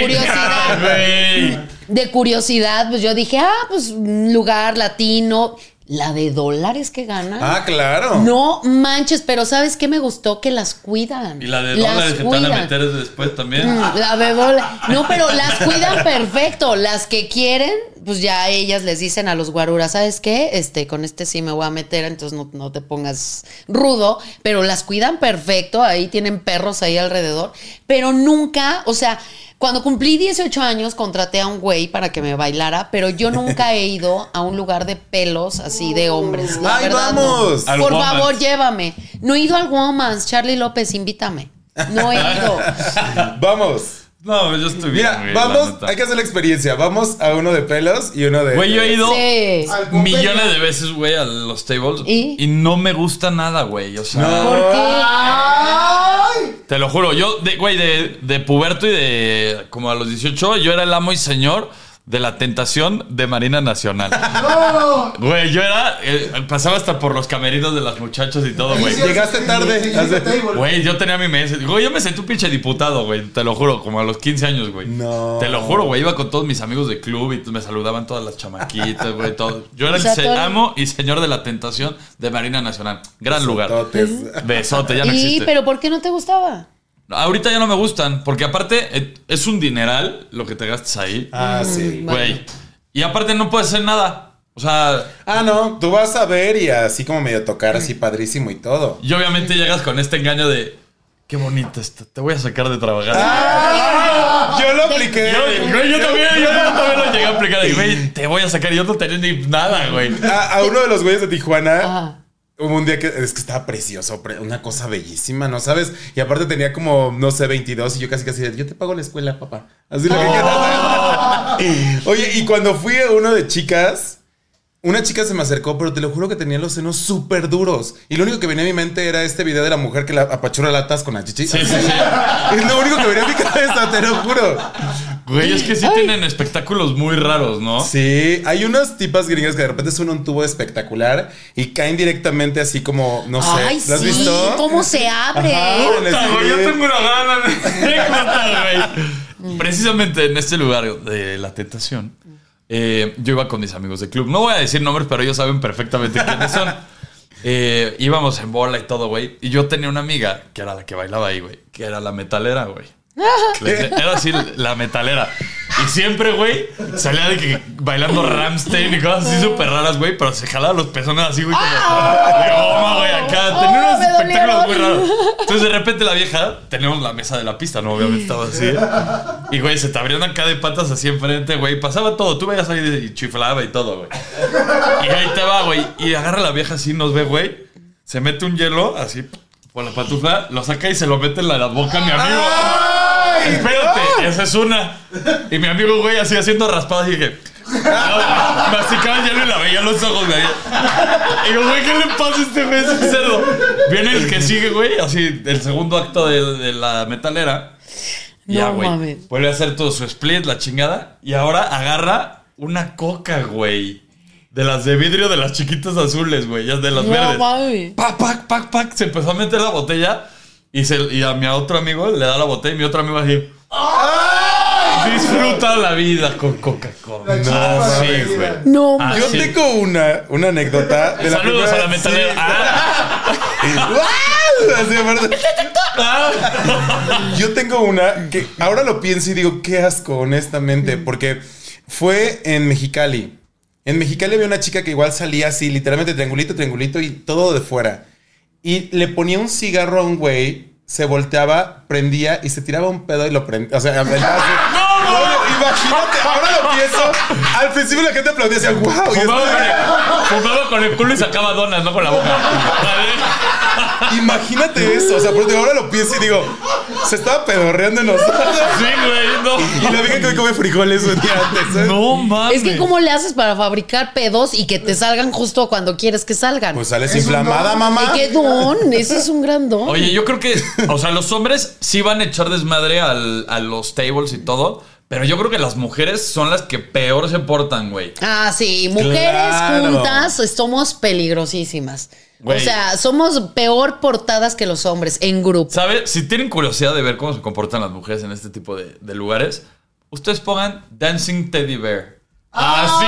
Speaker 3: curiosidad.
Speaker 1: güey.
Speaker 3: de curiosidad, pues yo dije, ah, pues un lugar latino. La de dólares que gana.
Speaker 2: Ah, claro.
Speaker 3: No manches, pero ¿sabes qué me gustó? Que las cuidan.
Speaker 1: Y la de
Speaker 3: Las
Speaker 1: dólares que te van a
Speaker 3: cuidan.
Speaker 1: meter
Speaker 2: Mm,
Speaker 1: después también.
Speaker 3: Mm, La de dólares. No, pero las cuidan perfecto. Las que quieren, pues ya ellas les dicen a los guaruras, ¿sabes qué? Este, con este sí me voy a meter, entonces no, no te pongas rudo, pero las cuidan perfecto, ahí tienen perros ahí alrededor, pero nunca, o sea, cuando cumplí 18 años contraté a un güey para que me bailara, pero yo nunca he ido a un lugar de pelos así de hombres. la
Speaker 2: ¡Ay,
Speaker 3: verdad, no.
Speaker 2: vamos!
Speaker 1: Al
Speaker 3: Por
Speaker 1: Womans.
Speaker 3: favor, llévame. No he ido al Womans, Charlie López, invítame. No he ido.
Speaker 2: Vamos.
Speaker 1: No, yo estoy bien.
Speaker 2: Mira,
Speaker 1: güey, la
Speaker 2: vamos,
Speaker 1: neta.
Speaker 2: hay que hacer la experiencia. Vamos a uno de pelos y uno de.
Speaker 1: Güey, yo he ido
Speaker 3: Sí.
Speaker 4: Al Pompeya.
Speaker 1: millones de veces, güey, a los tables.
Speaker 3: ¿Y?
Speaker 1: no me gusta nada, güey. O sea,
Speaker 2: No.
Speaker 3: ¿Por qué?
Speaker 1: Ah,
Speaker 4: ¡Ay!
Speaker 1: te lo juro. Yo, de- güey, de, de puberto y de como a los 18, yo era el amo y señor de la tentación de Marina Nacional.
Speaker 4: ¡No!
Speaker 1: Güey, yo era. eh, pasaba hasta por los camerinos de las muchachas y todo, güey.
Speaker 2: Llegaste tarde.
Speaker 4: Sí, sí, sí, sí, table.
Speaker 1: Güey, yo tenía mi mes. Güey, yo me sentí un pinche diputado, güey. Te lo juro, como a los 15 años, güey.
Speaker 2: No.
Speaker 1: Te lo juro, güey. Iba con todos mis amigos de club y me saludaban todas las chamaquitas, güey. Todo. Yo era
Speaker 3: O sea,
Speaker 1: el se-
Speaker 3: todo el-
Speaker 1: amo y señor de la tentación de Marina Nacional. Gran lugar.
Speaker 2: Totes.
Speaker 1: Besote, ya no
Speaker 3: ¿Y
Speaker 1: existe.
Speaker 3: pero por qué no te gustaba?
Speaker 1: Ahorita ya no me gustan, porque aparte eh, es un dineral lo que te gastas ahí,
Speaker 2: Ah, sí.
Speaker 3: bueno.
Speaker 1: güey. Y aparte no puedes hacer nada. O sea,
Speaker 2: Ah, no, tú vas a ver y así como medio tocar, así padrísimo y todo.
Speaker 1: y obviamente llegas con este engaño de. Qué bonita está, te voy a sacar de trabajar.
Speaker 2: Ah. Yo lo apliqué.
Speaker 1: Yo, güey, yo también, yo también lo llegué a aplicar. Y, Güey, te voy a sacar. Yo no tenía ni nada, güey.
Speaker 2: A, a uno de los güeyes de Tijuana,
Speaker 1: Ah,
Speaker 3: Ajá.
Speaker 2: hubo un día que es que estaba precioso, pre- una cosa bellísima, ¿no sabes? Y aparte tenía como, no sé, 22 y yo casi casi, yo te pago la escuela, papá. Así lo que- Oye, y cuando fui a uno de chicas, una chica se me acercó, pero te lo juro que tenía los senos súper duros. Y lo único que venía a mi mente era este video de la mujer que la apachura latas con la chichi.
Speaker 1: Sí, sí, sí.
Speaker 2: Es lo único que venía a mi cabeza, te lo juro.
Speaker 1: Güey, es que sí tienen espectáculos muy raros, ¿no?
Speaker 2: Sí, hay unas tipas gringas que de repente son un tubo espectacular y caen directamente así como, no sé,
Speaker 3: Ay,
Speaker 2: ¿lo has
Speaker 3: sí,
Speaker 2: visto?
Speaker 3: cómo se abre.
Speaker 2: Ajá.
Speaker 1: Puta, güey, yo tengo una gran anécdota, güey. Precisamente en este lugar de la tentación, eh, yo iba con mis amigos de club. No voy a decir nombres, pero ellos saben perfectamente quiénes son. Eh, íbamos en bola y todo, güey. Y yo tenía una amiga que era la que bailaba ahí, güey. Que era la metalera, güey. Era así la metalera. Y siempre, güey, salía de que bailando Ramstein y cosas así súper raras, güey. Pero se jalaba los pezones así, güey. Como de goma, güey, acá. Tenía
Speaker 3: Ah,
Speaker 1: unos
Speaker 3: me
Speaker 1: espectáculos muy
Speaker 3: dolieron.
Speaker 1: raros. Entonces de repente la vieja, tenemos la mesa de la pista, ¿no? Obviamente estaba así. Y güey, se te abrieron acá de patas así enfrente, güey. Pasaba todo, tú veías ahí y chiflaba y todo, güey. Y ahí te va, güey. Y agarra la vieja así, nos ve, güey. Se mete un hielo así por la pantufla, lo saca y se lo mete en la, la boca a mi amigo.
Speaker 3: ¡Ah!
Speaker 1: Espérate, esa es una. Y mi amigo, güey, así haciendo raspadas y dije. "No, güey". Masticaba el hielo y la veía en los ojos, güey. Y digo, güey, ¿qué le pasa a este güey? Es un cerdo. Viene el que sigue, güey, así, el segundo acto de, de la metalera.
Speaker 3: No
Speaker 1: ya, güey.
Speaker 3: mames.
Speaker 1: Vuelve a hacer todo su split, la chingada. Y ahora agarra una coca, güey. De las de vidrio de las chiquitas azules, güey. Ya de las
Speaker 3: No
Speaker 1: verdes.
Speaker 3: mames.
Speaker 1: Pac, pac, pac, pac. Se empezó a meter la botella. Y, se, y a mi otro amigo le da la botella. Y mi otro amigo así. Disfruta la vida con Coca-Cola.
Speaker 4: La
Speaker 1: No,
Speaker 4: chispa de la
Speaker 1: sí,
Speaker 4: vida.
Speaker 1: güey.
Speaker 3: No
Speaker 1: Ah,
Speaker 3: mames.
Speaker 2: Yo
Speaker 1: sí.
Speaker 2: tengo una, una anécdota de la
Speaker 1: Saludos a
Speaker 2: primera-
Speaker 1: la metalera.
Speaker 2: Sí.
Speaker 1: Ah,
Speaker 2: ¡Wow! Así, aparte.
Speaker 1: ah.
Speaker 2: Yo tengo una que ahora lo pienso y digo, qué asco, honestamente, porque fue en Mexicali. En Mexicali había una chica que igual salía así, literalmente triangulito, triangulito y todo de fuera. Y le ponía un cigarro a un güey, se volteaba, prendía y se tiraba un pedo y lo prendía. O sea, aventaba así. Oye, Imagínate, ahora lo pienso. Al principio la gente aplaudía y decía, wow. Y
Speaker 1: Fumaba con,
Speaker 2: después-
Speaker 1: el, fumaba con el culo y sacaba donas, no con la boca.
Speaker 2: imagínate eso. O sea, porque ahora lo pienso y digo, se estaba pedorreando en nosotros.
Speaker 1: Sí, güey,
Speaker 2: Y la vieja que hoy come frijoles un día antes.
Speaker 1: no.
Speaker 2: ¿sabes?
Speaker 1: No mames.
Speaker 3: Es que cómo le haces para fabricar pedos y que te salgan justo cuando quieres que salgan.
Speaker 2: Pues sales
Speaker 4: Es un
Speaker 2: inflamada,
Speaker 4: don.
Speaker 2: mamá.
Speaker 3: ¡Qué don! Ese es un gran don.
Speaker 1: Oye, yo creo que, o sea, los hombres sí van a echar desmadre al- a los tables y todo, pero yo creo que las mujeres son las que peor se portan, güey.
Speaker 3: Ah, sí, mujeres
Speaker 2: Claro.
Speaker 3: juntas eh, somos peligrosísimas.
Speaker 1: Güey.
Speaker 3: O sea, somos peor portadas que los hombres en grupo.
Speaker 1: ¿Sabes? Si tienen curiosidad de ver cómo se comportan las mujeres en este tipo de, de lugares, ustedes pongan Dancing Teddy Bear. Así,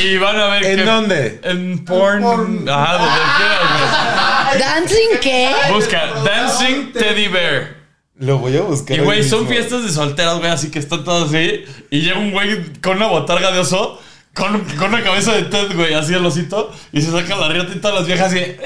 Speaker 1: güey. Y van a ver
Speaker 2: ¿En
Speaker 1: que-
Speaker 2: dónde?
Speaker 1: En porn.
Speaker 4: porn.
Speaker 1: Ajá, donde quieras, güey.
Speaker 3: ¿Dancing qué?
Speaker 1: Busca Dancing Teddy Bear.
Speaker 2: Lo voy a buscar.
Speaker 1: Y,
Speaker 2: hoy
Speaker 1: güey, son
Speaker 2: mismo.
Speaker 1: fiestas de solteras, güey, así que están todas así. Y llega un güey con una botarga de oso, con, con una cabeza de Ted, güey, así el osito. Y se saca la riata y todas las viejas así. ¡eh!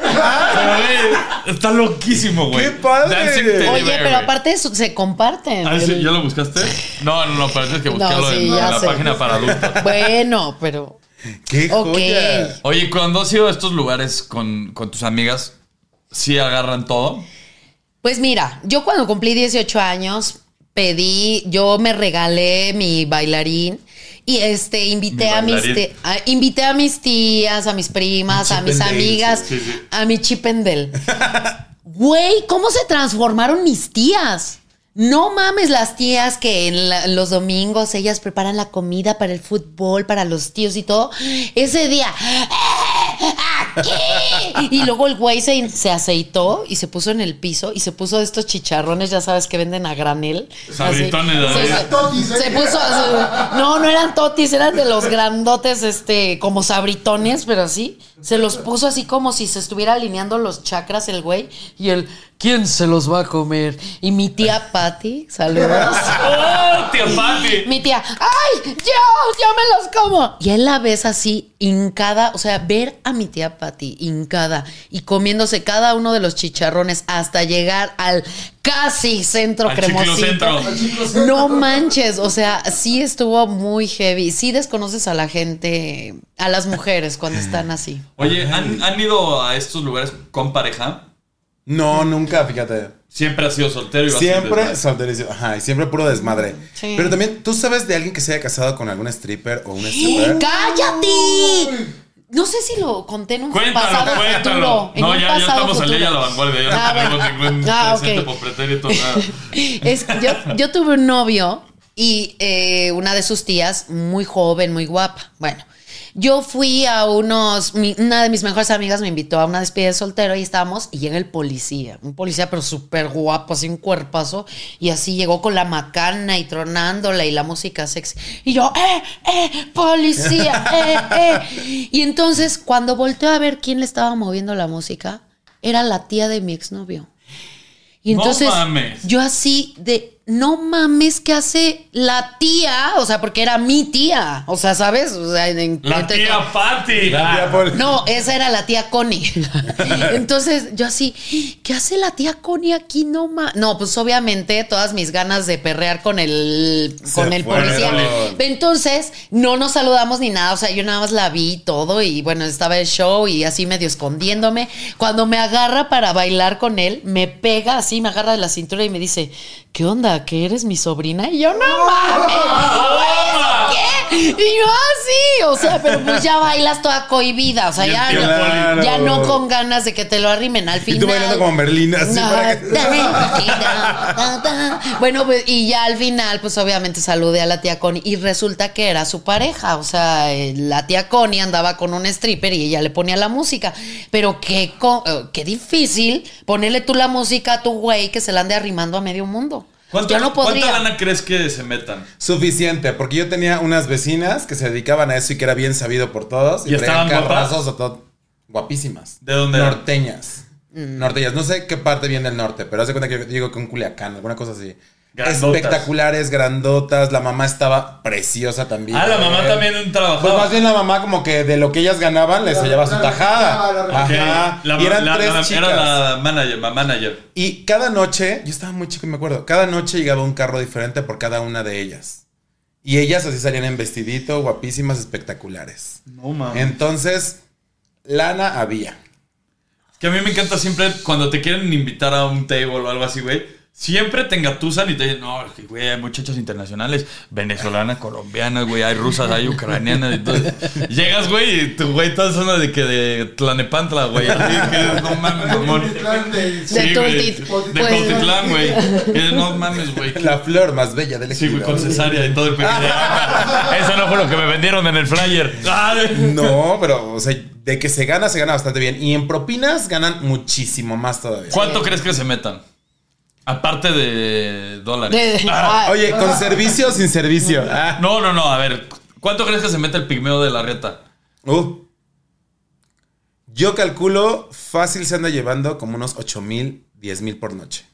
Speaker 1: Pero, güey, está loquísimo, güey.
Speaker 2: ¡Qué padre!
Speaker 1: Dancing Teddy
Speaker 2: Debe,
Speaker 3: Oye,
Speaker 1: Bear,
Speaker 3: pero
Speaker 1: güey.
Speaker 3: aparte eso, se comparten.
Speaker 1: Ah, sí,
Speaker 3: El-
Speaker 1: ¿Ya lo buscaste? No, no, no, pero tienes que
Speaker 3: No,
Speaker 1: buscarlo
Speaker 3: sí,
Speaker 1: en,
Speaker 3: ya
Speaker 1: en la
Speaker 3: sé.
Speaker 1: página para adultos.
Speaker 3: Bueno, pero.
Speaker 2: ¡Qué
Speaker 3: Ok.
Speaker 2: joya!
Speaker 1: Oye, cuando has ido a estos lugares con, con tus amigas, ¿sí agarran todo?
Speaker 3: Pues mira, yo cuando cumplí 18 años pedí, yo me regalé mi bailarín y este invité
Speaker 1: Mi
Speaker 3: a mis
Speaker 1: bailarín.
Speaker 3: te- a- invité a mis tías, a mis primas,
Speaker 2: Mi
Speaker 3: a mis
Speaker 2: Chip 'n Dale,
Speaker 3: amigas,
Speaker 1: sí, sí, sí.
Speaker 3: a mi chipendel. Güey, ¿cómo se transformaron mis tías? No mames las tías que en la- los domingos ellas preparan la comida para el fútbol, para los tíos y todo. Ese día, ¿Qué? Y luego el güey se, se aceitó y se puso en el piso y se puso de estos chicharrones, ya sabes, que venden a granel.
Speaker 1: Sabritones,
Speaker 3: Así.
Speaker 1: ¿verdad?
Speaker 3: se,
Speaker 4: Totis, ¿eh?
Speaker 3: se puso. se- no, no eran totis, eran de los grandotes, este, como sabritones, pero así. Se los puso así como si se estuviera alineando los chakras el güey. Y el, ¿quién se los va a comer? Y mi tía Patty, saludos.
Speaker 1: ¡Oh, tío Pati!
Speaker 3: Mi tía, ¡ay! ¡Yo! ¡Yo me los como! Y él la ves así, hincada. O sea, ver a mi tía Pati hincada y comiéndose cada uno de los chicharrones hasta llegar al casi centro
Speaker 1: Al
Speaker 3: cremosito.
Speaker 1: chiclocentro.
Speaker 4: Al chiclocentro.
Speaker 3: No manches. O sea, sí estuvo muy heavy. Sí desconoces a la gente, a las mujeres cuando están así.
Speaker 1: Oye, ¿han, han ido a estos lugares con pareja?
Speaker 2: No, nunca, fíjate.
Speaker 1: Siempre has sido soltero y vas a
Speaker 2: Siempre
Speaker 1: desmadre.
Speaker 2: solterizo. Ajá, y siempre puro desmadre.
Speaker 3: Sí.
Speaker 2: Pero también, ¿tú sabes de alguien que se haya casado con algún stripper o un stripper?
Speaker 3: ¡Cállate! No sé si lo conté en un
Speaker 1: Cuéntalo,
Speaker 3: pasado
Speaker 1: cuéntalo.
Speaker 3: futuro. en
Speaker 1: no,
Speaker 3: un
Speaker 1: ya, ya
Speaker 3: pasado
Speaker 1: estamos al
Speaker 3: futuro.
Speaker 1: día de la vanguardia. Ya
Speaker 3: Ah,
Speaker 1: no tenemos
Speaker 3: bueno.
Speaker 1: ningún
Speaker 3: Ah, ok.
Speaker 1: presente por pretérito. Nada.
Speaker 3: Es- yo, yo tuve un novio y eh, una de sus tías, muy joven, muy guapa. Bueno, yo fui a unos, mi- una de mis mejores amigas me invitó a una despedida de soltero y estábamos, y llega el policía, un policía pero súper guapo, así un cuerpazo, y así llegó con la macana y tronándola y la música sexy. Y yo, eh, eh, policía, eh, eh. Y entonces cuando volteó a ver quién le estaba moviendo la música, era la tía de mi exnovio. Y
Speaker 1: No
Speaker 3: entonces
Speaker 1: mames.
Speaker 3: yo así de no mames que hace la tía, o sea, porque era mi tía, o sea, ¿sabes? O sea, en- en-
Speaker 1: La
Speaker 3: entonces-
Speaker 1: tía Pati.
Speaker 2: Ya, Paul.
Speaker 3: no, esa era la tía Connie. Entonces yo así, ¿qué hace la tía Connie aquí no ma-?" No, pues obviamente todas mis ganas de perrear con el con el
Speaker 2: fueron.
Speaker 3: policía. Entonces no nos saludamos ni nada, o sea, yo nada más la vi y todo y bueno, estaba el show y así medio escondiéndome. Cuando me agarra para bailar con él, me pega así, me agarra de la cintura y me dice, "¿Qué onda? ¿Que eres mi sobrina?" Y yo, "No mames." ¿Qué? Y yo así, o sea, pero pues ya bailas toda cohibida, o sea,
Speaker 1: Y el
Speaker 3: ya
Speaker 1: tío
Speaker 3: no,
Speaker 2: Poli.
Speaker 3: ya no con ganas de que te lo arrimen al
Speaker 2: Y
Speaker 3: final.
Speaker 2: tú bailando como Merlina, así
Speaker 3: No,
Speaker 2: para que-
Speaker 3: ta, ta, ta, ta. Bueno, pues, y ya al final, pues obviamente saludé a la tía Connie y resulta que era su pareja. O sea, eh, la tía Connie andaba con un stripper y ella le ponía la música. Pero qué, co- eh, qué difícil ponerle tú la música a tu güey que se la ande arrimando a medio mundo.
Speaker 1: ¿Cuánto-
Speaker 3: Yo no
Speaker 1: ¿Cuánta
Speaker 3: podría.
Speaker 1: lana crees que se metan?
Speaker 2: Suficiente, porque yo tenía unas vecinas que se dedicaban a eso y que era bien sabido por todos.
Speaker 1: ¿Y estaban guapas?
Speaker 2: carrazos a todo. Guapísimas.
Speaker 1: ¿De dónde eran?
Speaker 2: Norteñas.
Speaker 4: Mm.
Speaker 2: Norteñas. No sé qué parte viene del norte, pero hace cuenta que yo digo que un Culiacán, alguna cosa así.
Speaker 1: Grandotas.
Speaker 2: Espectaculares, grandotas. La mamá estaba preciosa también.
Speaker 1: Ah, la mamá
Speaker 2: Eh,
Speaker 1: también
Speaker 2: Pues
Speaker 1: trabajaba.
Speaker 2: más bien la mamá como que de lo que ellas ganaban les
Speaker 4: La-
Speaker 2: hallaba su
Speaker 4: la-
Speaker 2: tajada.
Speaker 4: la- la-
Speaker 1: Ok.
Speaker 2: Ajá.
Speaker 1: La-
Speaker 2: y eran
Speaker 1: la-
Speaker 2: tres
Speaker 1: la-
Speaker 2: chicas.
Speaker 1: Era la manager, la manager.
Speaker 2: Y cada noche, yo estaba muy chico y me acuerdo, cada noche llegaba un carro diferente por cada una de ellas. Y ellas así salían en vestidito, guapísimas, espectaculares.
Speaker 1: No mames.
Speaker 2: Entonces, lana había.
Speaker 1: Que a mí me encanta siempre cuando te quieren invitar a un table o algo así, güey. Siempre te engatusan y te dicen, no, es que, güey, hay muchachas internacionales, venezolanas, colombianas, güey, hay rusas, hay ucranianas. Y todo. Llegas, güey, y tu güey toda zona de que de Tlanepantla, güey. Así que no mames, mamón.
Speaker 4: Plan de-
Speaker 1: Sí, güey, De
Speaker 3: Tultit-
Speaker 1: Tultitlán,
Speaker 3: pues-
Speaker 1: güey. Y No mames, güey.
Speaker 2: La flor más bella del
Speaker 1: Sí, güey,
Speaker 2: ejido.
Speaker 1: con cesárea y todo el pequeño. Eso no fue lo que me vendieron en el flyer. Ay.
Speaker 2: No, pero, o sea, de que se gana, se gana bastante bien. Y en propinas ganan muchísimo más todavía.
Speaker 1: ¿Cuánto crees que se metan? Aparte de dólares.
Speaker 3: De- de-
Speaker 1: Ah,
Speaker 3: ay.
Speaker 2: Oye, ¿con servicio o sin servicio? Ah,
Speaker 1: No, no, no, a ver. ¿Cuánto crees que se mete el pigmeo de la reta?
Speaker 2: uh. Yo calculo, fácil se anda llevando como unos 8 mil, 10 mil por noche.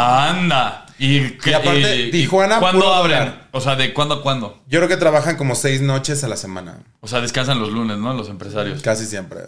Speaker 1: Anda. Y, que-
Speaker 2: Y aparte, Tijuana,
Speaker 1: ¿Cuándo
Speaker 2: puro
Speaker 1: abren?
Speaker 2: dólar.
Speaker 1: O sea, ¿de cuándo a cuándo?
Speaker 2: Yo creo que trabajan como seis noches a la semana.
Speaker 1: O sea, descansan los lunes, ¿no? Los empresarios.
Speaker 2: Casi siempre.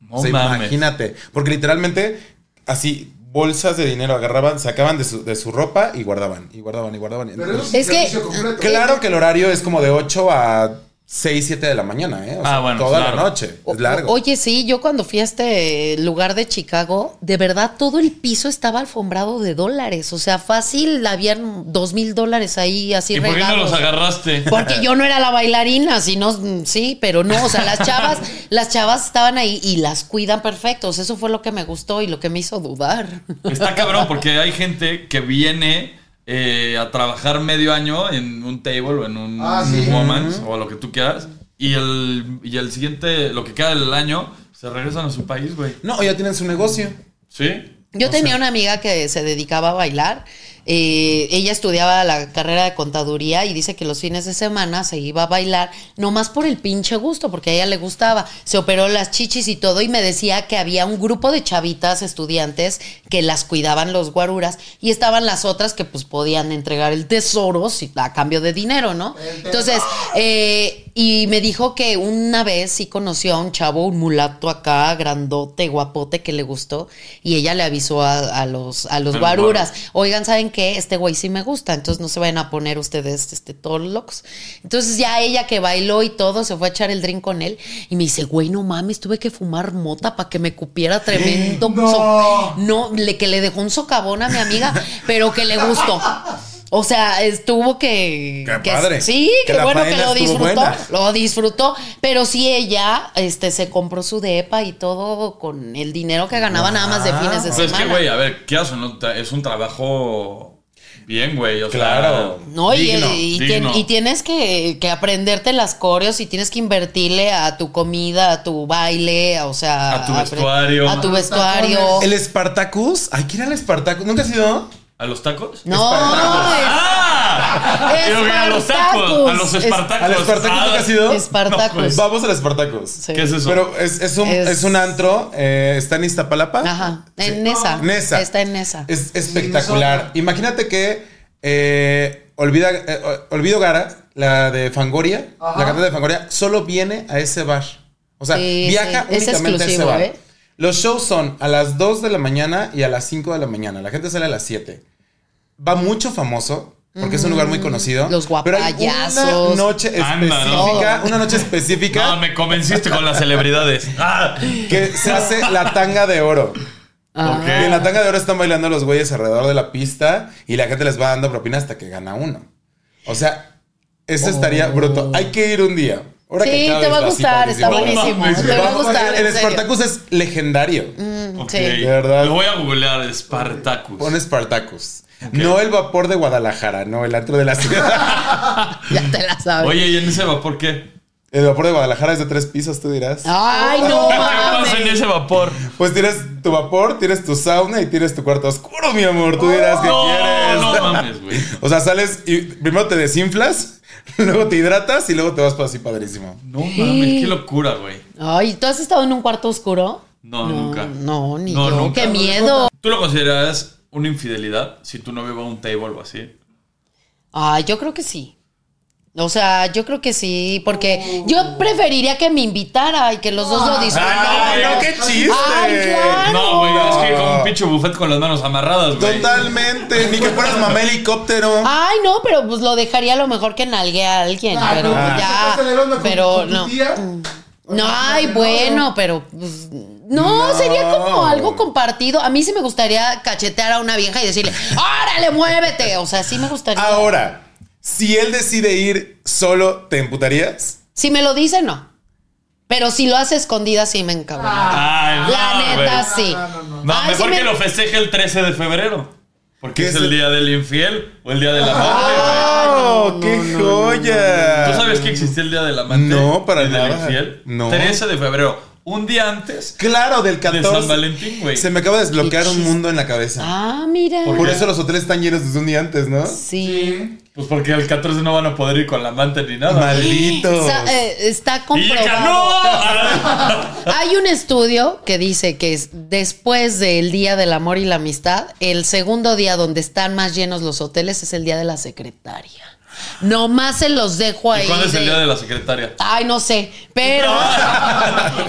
Speaker 1: No
Speaker 2: O sea,
Speaker 1: mames.
Speaker 2: imagínate. Porque literalmente, así, bolsas de dinero agarraban, sacaban de su, de su ropa y guardaban. Y guardaban, y guardaban.
Speaker 4: Pero eso es,
Speaker 3: Es
Speaker 4: es
Speaker 3: que-
Speaker 4: que, completo.
Speaker 2: Claro que el horario es como de 8 a 6, 7 de la mañana, ¿eh? O sea,
Speaker 1: Ah, bueno,
Speaker 2: toda
Speaker 1: es largo.
Speaker 2: la noche.
Speaker 3: O-
Speaker 2: Es largo.
Speaker 3: o- Oye, sí, yo cuando fui a este lugar de Chicago, de verdad todo el piso estaba alfombrado de dólares. O sea, fácil, habían dos mil dólares ahí así
Speaker 1: ¿Y por qué no
Speaker 3: regados.
Speaker 1: los agarraste?
Speaker 3: Porque yo no era la bailarina, sino mm, sí, pero no, o sea, las chavas, las chavas estaban ahí y las cuidan perfectos. Eso fue lo que me gustó y lo que me hizo dudar.
Speaker 1: Está cabrón porque hay gente que viene eh, a trabajar medio año en un table o en un
Speaker 4: Ah, sí.
Speaker 1: woman's o lo que tú quieras y el, y el siguiente, lo que queda del año, se regresan a su país, güey.
Speaker 2: No, ya tienen su negocio.
Speaker 1: ¿Sí?
Speaker 3: Yo tenía una amiga que se dedicaba a bailar. eh, ella estudiaba la carrera de contaduría y dice que los fines de semana se iba a bailar, nomás por el pinche gusto, porque a ella le gustaba. Se operó las chichis y todo, y me decía que había un grupo de chavitas estudiantes que las cuidaban los guaruras y estaban las otras que pues podían entregar el tesoro si- a cambio de dinero, ¿no? Entonces, eh, y me dijo que una vez sí conoció a un chavo, un mulato acá, grandote, guapote, que le gustó, y ella le avisó a, a los, a los
Speaker 1: Al
Speaker 3: guaruras, oigan, ¿saben qué? Este güey sí me gusta, entonces no se vayan a poner ustedes este, todos locos. Entonces ya ella que bailó y todo, se fue a echar el drink con él, y me dice, güey, no mames, tuve que fumar mota para que me cupiera tremendo.
Speaker 4: No.
Speaker 3: so- no, le, que le dejó un socavón a mi amiga, pero que le gustó. O sea, estuvo que.
Speaker 2: Qué
Speaker 3: que-
Speaker 2: padre.
Speaker 3: Sí,
Speaker 2: Que
Speaker 3: qué
Speaker 2: la
Speaker 3: bueno que
Speaker 2: faena
Speaker 3: lo
Speaker 2: estuvo
Speaker 3: disfrutó.
Speaker 2: buena.
Speaker 3: Lo disfrutó. Pero sí, ella este, se compró su depa y todo con el dinero que ganaba nada más de fines de
Speaker 1: Pues es
Speaker 3: semana.
Speaker 1: que, güey, a ver, ¿qué hacen? No, tra- Es un trabajo bien, güey. O sea,
Speaker 2: Claro.
Speaker 3: No, y, eh,
Speaker 2: Digno,
Speaker 3: y tien-
Speaker 1: digno.
Speaker 3: y tienes que, que aprenderte las coreos y tienes que invertirle a tu comida, a tu baile, o sea.
Speaker 1: A tu
Speaker 3: apre-
Speaker 1: vestuario.
Speaker 3: A tu
Speaker 1: A
Speaker 4: tus
Speaker 3: vestuario.
Speaker 4: tacones.
Speaker 2: El Spartacus. Hay que ir al Spartacus. ¿Nunca has ido?
Speaker 1: ¿A los tacos?
Speaker 3: No,
Speaker 1: ¡Ah!
Speaker 3: Es-
Speaker 1: Yo vi a los tacos, a los
Speaker 3: Es-
Speaker 1: espartacos.
Speaker 2: ¿Al Spartacus
Speaker 1: Ah,
Speaker 2: nunca has ido?
Speaker 3: es Espartacus.
Speaker 1: pues.
Speaker 2: Vamos al Spartacus.
Speaker 3: Sí.
Speaker 1: ¿Qué es eso?
Speaker 2: Pero es, es un,
Speaker 3: Es-
Speaker 2: es un antro. eh, está en Iztapalapa.
Speaker 3: Ajá.
Speaker 2: Sí.
Speaker 3: En esa.
Speaker 2: Nesa.
Speaker 3: Está en esa.
Speaker 2: Es espectacular. Imagínate que eh, Olvida, eh, o- Olvido Gara, la de Fangoria,
Speaker 4: Ajá.
Speaker 2: la cantante de Fangoria, solo viene a ese bar. O sea,
Speaker 3: Sí,
Speaker 2: viaja
Speaker 3: sí. Es
Speaker 2: únicamente a ese
Speaker 3: exclusivo,
Speaker 2: bar.
Speaker 3: ¿eh?
Speaker 2: Los shows son a las 2 de la mañana y a las 5 de la mañana. La gente sale a las 7. Va mucho famoso. Porque es un lugar muy conocido.
Speaker 3: Mm, Los
Speaker 2: Pero hay
Speaker 3: guapayazos.
Speaker 2: una noche
Speaker 1: Anda,
Speaker 2: específica.
Speaker 1: ¿no?
Speaker 2: Una noche específica
Speaker 1: No, me convenciste con las celebridades. ¡Ah!
Speaker 2: que se hace la tanga de oro.
Speaker 3: Ah.
Speaker 1: Ok.
Speaker 2: Y en la tanga de oro están bailando los güeyes alrededor de la pista y la gente les va dando propina hasta que gana uno. O sea, eso estaría bruto. Hay que ir un día. Ahora que
Speaker 3: Sí,
Speaker 2: cada
Speaker 3: te
Speaker 2: vez
Speaker 3: va a
Speaker 2: más y
Speaker 3: gustar, está
Speaker 2: padrísimo.
Speaker 3: buenísimo.
Speaker 1: No mames,
Speaker 3: Te va a
Speaker 2: pues, Vamos,
Speaker 3: gustar.
Speaker 2: El
Speaker 3: en serio. Mm.
Speaker 2: Spartacus es legendario.
Speaker 1: Ok.
Speaker 3: Sí.
Speaker 2: De verdad.
Speaker 1: Lo voy a googlear, Spartacus.
Speaker 2: Pon Spartacus. No el vapor de Guadalajara, no el antro de la ciudad.
Speaker 3: Ya te la sabes.
Speaker 1: Oye, ¿y en ese vapor qué?
Speaker 2: el vapor de Guadalajara es de tres pisos, tú dirás.
Speaker 3: Ay, no
Speaker 1: ¿Qué pasa en
Speaker 3: mames.
Speaker 1: ese vapor?
Speaker 2: Pues tienes tu vapor, tienes tu sauna y tienes tu cuarto oscuro, mi amor. Tú dirás que
Speaker 1: no,
Speaker 2: quieres.
Speaker 1: no mames, güey.
Speaker 2: O sea, sales y primero te desinflas, luego te hidratas y luego te vas para así padrísimo.
Speaker 1: No mames, qué locura, güey.
Speaker 3: Ay, ¿tú has estado en un cuarto oscuro?
Speaker 1: No, nunca.
Speaker 3: No, ni
Speaker 1: No,
Speaker 3: yo.
Speaker 1: nunca.
Speaker 3: Qué miedo.
Speaker 1: ¿Tú lo consideras una infidelidad si tu novio va a un table o así?
Speaker 3: Ay, yo creo que sí. O sea, yo creo que sí, porque yo preferiría que me invitara y que los dos lo
Speaker 1: Ay,
Speaker 3: disfrutaran.
Speaker 1: no,
Speaker 2: qué chiste.
Speaker 3: Ay, claro.
Speaker 1: No, güey, es que como un pinche buffet con las manos amarradas, güey.
Speaker 2: Totalmente, ni que fueras mamá helicóptero.
Speaker 3: Ay, no, pero pues lo dejaría a lo mejor que nalgue a alguien.
Speaker 4: Ah,
Speaker 3: pero
Speaker 4: no,
Speaker 3: pues
Speaker 4: ¿te
Speaker 3: ya.
Speaker 4: estás celebrando con-
Speaker 3: pero
Speaker 4: con tu
Speaker 3: no.
Speaker 4: tía?
Speaker 3: No, ay,
Speaker 4: no.
Speaker 3: bueno, pero pues, no,
Speaker 2: No.
Speaker 3: sería como algo compartido. A mí sí me gustaría cachetear a una vieja y decirle, ¡órale, muévete! O sea, sí me gustaría.
Speaker 2: Ahora, si él decide ir solo, ¿te emputarías?
Speaker 3: Si me lo dice, no. Pero si lo hace escondida, sí me
Speaker 1: Ah.
Speaker 3: encabrona.
Speaker 1: Ay, no,
Speaker 3: La neta,
Speaker 1: güey.
Speaker 3: sí.
Speaker 4: Ah, No, no, no,
Speaker 1: No,
Speaker 3: Ay,
Speaker 1: mejor
Speaker 3: sí me-
Speaker 1: que lo festeje el 13 de febrero. Porque
Speaker 2: ¿Qué
Speaker 1: es
Speaker 2: es
Speaker 1: el
Speaker 2: el-
Speaker 1: día del infiel o el día del amante, güey.
Speaker 3: Ah.
Speaker 2: ¡Oh, qué joya!
Speaker 1: ¿Tú sabes que existía el día del amante?
Speaker 2: No, para
Speaker 1: y del
Speaker 2: nada.
Speaker 1: infiel?
Speaker 2: No.
Speaker 1: 13 de febrero. Un día antes
Speaker 2: Claro, del
Speaker 1: de
Speaker 2: 14.
Speaker 1: San Valentín, güey.
Speaker 2: Se me acaba de desbloquear
Speaker 3: Qué
Speaker 2: un
Speaker 3: chiste.
Speaker 2: mundo en la cabeza.
Speaker 3: Ah, mira.
Speaker 1: ¿Por
Speaker 2: Por
Speaker 1: qué?
Speaker 2: eso los hoteles están llenos desde un día antes, ¿no?
Speaker 3: Sí.
Speaker 4: Sí.
Speaker 1: Pues porque el 14 no van a poder ir con la amante ni nada.
Speaker 2: Maldito.
Speaker 3: Sa- eh, está
Speaker 1: Y llega,
Speaker 3: comprobado.
Speaker 1: ¡no!
Speaker 3: Hay un estudio que dice que es después del Día del Amor y la Amistad, el segundo día donde están más llenos los hoteles es el Día de la Secretaria. Nomás se los dejo ahí.
Speaker 1: Ah, ¿Y cuándo es el
Speaker 3: de-
Speaker 1: día de la secretaria?
Speaker 3: Ay, no sé, pero...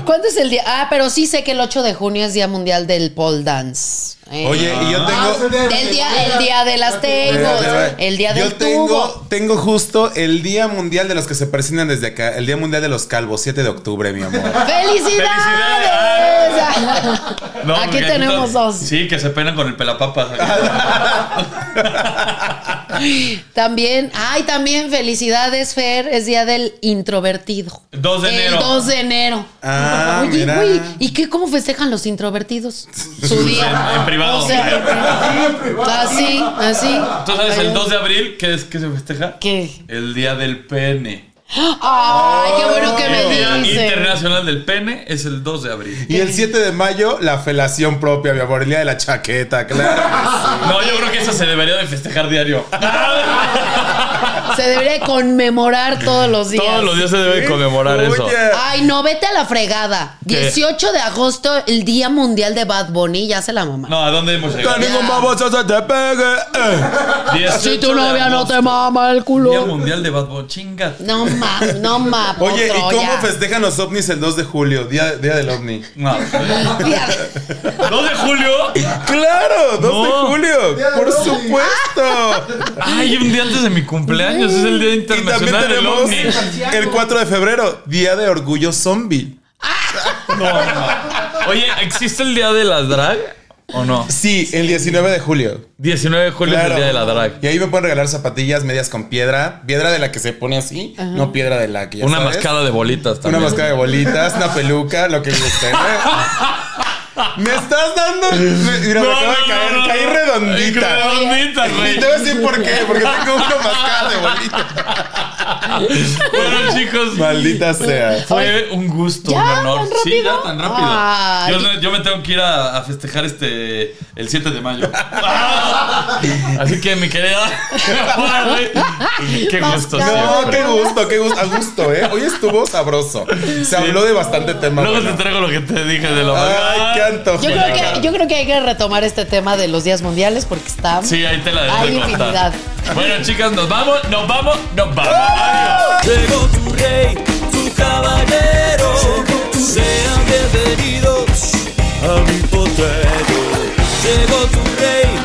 Speaker 3: ¿Cuándo es el día? Ah, pero sí sé que el 8 de junio es Día Mundial del Pole Dance. Eh,
Speaker 2: Oye, y yo
Speaker 4: Ah,
Speaker 2: tengo.
Speaker 4: se debe,
Speaker 3: del
Speaker 4: se
Speaker 3: día-
Speaker 4: debe.
Speaker 3: el día de las
Speaker 2: Espérate,
Speaker 3: tables,
Speaker 2: espérate.
Speaker 3: el día del
Speaker 2: Yo tengo,
Speaker 3: tubo.
Speaker 2: tengo justo el Día Mundial de los que se presionan desde acá, el Día Mundial de los Calvos, 7 de octubre, mi amor.
Speaker 3: ¡Felicidades!
Speaker 1: No,
Speaker 3: Aquí
Speaker 1: porque
Speaker 3: tenemos
Speaker 1: entonces-
Speaker 3: dos.
Speaker 1: Sí, que se penan con el pelapapas.
Speaker 3: También, ay, también felicidades, Fer, es día del introvertido.
Speaker 1: 2 de enero.
Speaker 3: El 2 de enero.
Speaker 2: Ah,
Speaker 3: Oye,
Speaker 2: mira.
Speaker 3: güey, ¿y qué cómo festejan los introvertidos? Su día.
Speaker 1: En- en privado.
Speaker 3: O sea, en privado. así, así.
Speaker 1: ¿Tú sabes el 2 de abril qué es que se festeja?
Speaker 3: ¿Qué?
Speaker 1: El día del pene.
Speaker 3: Ay, qué bueno que
Speaker 1: el Oh, día
Speaker 3: me dices.
Speaker 1: internacional del pene es el 2 de abril.
Speaker 2: Y el 7 de mayo, la felación propia, mi amor, el Día de la Chaqueta, claro.
Speaker 1: No, yo creo que eso se debería de festejar diario.
Speaker 3: Se debería conmemorar todos los días.
Speaker 1: Todos los días se debe conmemorar eso.
Speaker 2: Oye.
Speaker 3: Ay, no, vete a la fregada.
Speaker 1: ¿Qué?
Speaker 3: 18 de agosto, el Día Mundial de Bad Bunny, ya se la mamá.
Speaker 1: No, ¿a dónde hemos llegado?
Speaker 2: Que ningún baboso se te pegue. eh.
Speaker 1: 18
Speaker 3: Si
Speaker 1: de
Speaker 3: tu novia no
Speaker 1: agosto,
Speaker 3: te mama el
Speaker 1: Día
Speaker 3: culo.
Speaker 1: mundial de Bad Bunny. Chinga.
Speaker 3: No mames, no mames.
Speaker 2: Oye, ¿y
Speaker 3: otro,
Speaker 2: cómo
Speaker 3: ya.
Speaker 2: festejan los ovnis el 2 de julio, día, día del ovni?
Speaker 1: No. 2
Speaker 3: Día-
Speaker 1: de julio.
Speaker 2: ¡Claro! ¡2
Speaker 1: No.
Speaker 2: de julio!
Speaker 4: Día del
Speaker 2: ¡Por
Speaker 4: ovni.
Speaker 2: supuesto!
Speaker 1: Ay, un día antes de mi cumpleaños. Es el día
Speaker 2: y también
Speaker 1: internacional del
Speaker 2: tenemos
Speaker 1: ovni.
Speaker 2: el 4 de febrero, Día de Orgullo Zombie.
Speaker 1: Oye, ¿existe el día de la drag o no?
Speaker 2: Sí, el 19 de julio.
Speaker 1: 19 de julio es el
Speaker 2: Claro.
Speaker 1: día de la drag.
Speaker 2: Y ahí me pueden regalar zapatillas, medias con piedra. Piedra de la que se pone así, no piedra de la que ya
Speaker 1: Una
Speaker 2: sabes.
Speaker 1: mascada de bolitas también.
Speaker 2: Una máscara de bolitas, una peluca, lo que guste. ¿no? Me estás dando. me- Mira, me acabo de caer. caí redondita.
Speaker 1: Redondita, güey.
Speaker 2: Y te voy a decir por qué. Porque tengo una máscara de bolitas.
Speaker 1: Bueno, chicos.
Speaker 2: Maldita sea.
Speaker 1: Fue un gusto,
Speaker 3: ¿Ya?
Speaker 1: un honor.
Speaker 3: ¿Tan
Speaker 1: Sí,
Speaker 3: rápido?
Speaker 1: ya tan rápido.
Speaker 3: Ay.
Speaker 1: Yo, yo me tengo que ir a, a festejar este el 7 de mayo. Así que mi querida. Qué gusto.
Speaker 2: No,
Speaker 1: siempre.
Speaker 2: qué gusto, qué gusto. A gusto, ¿eh? Hoy estuvo sabroso. Se habló de bastante tema.
Speaker 1: Luego te
Speaker 2: bueno.
Speaker 1: traigo lo que te dije de la
Speaker 2: Ay, qué antojo.
Speaker 3: Yo creo, que, yo creo que hay que retomar este tema de los días mundiales porque está.
Speaker 1: Sí, ahí te la dejo
Speaker 3: Hay
Speaker 1: de contar.
Speaker 3: infinidad.
Speaker 1: Bueno, chicas, nos vamos, nos vamos, nos vamos.
Speaker 3: ¡Oh!
Speaker 1: Adiós.
Speaker 5: Llegó tu rey, tu caballero. Sean bienvenidos a mi potrero. Llegó tu rey,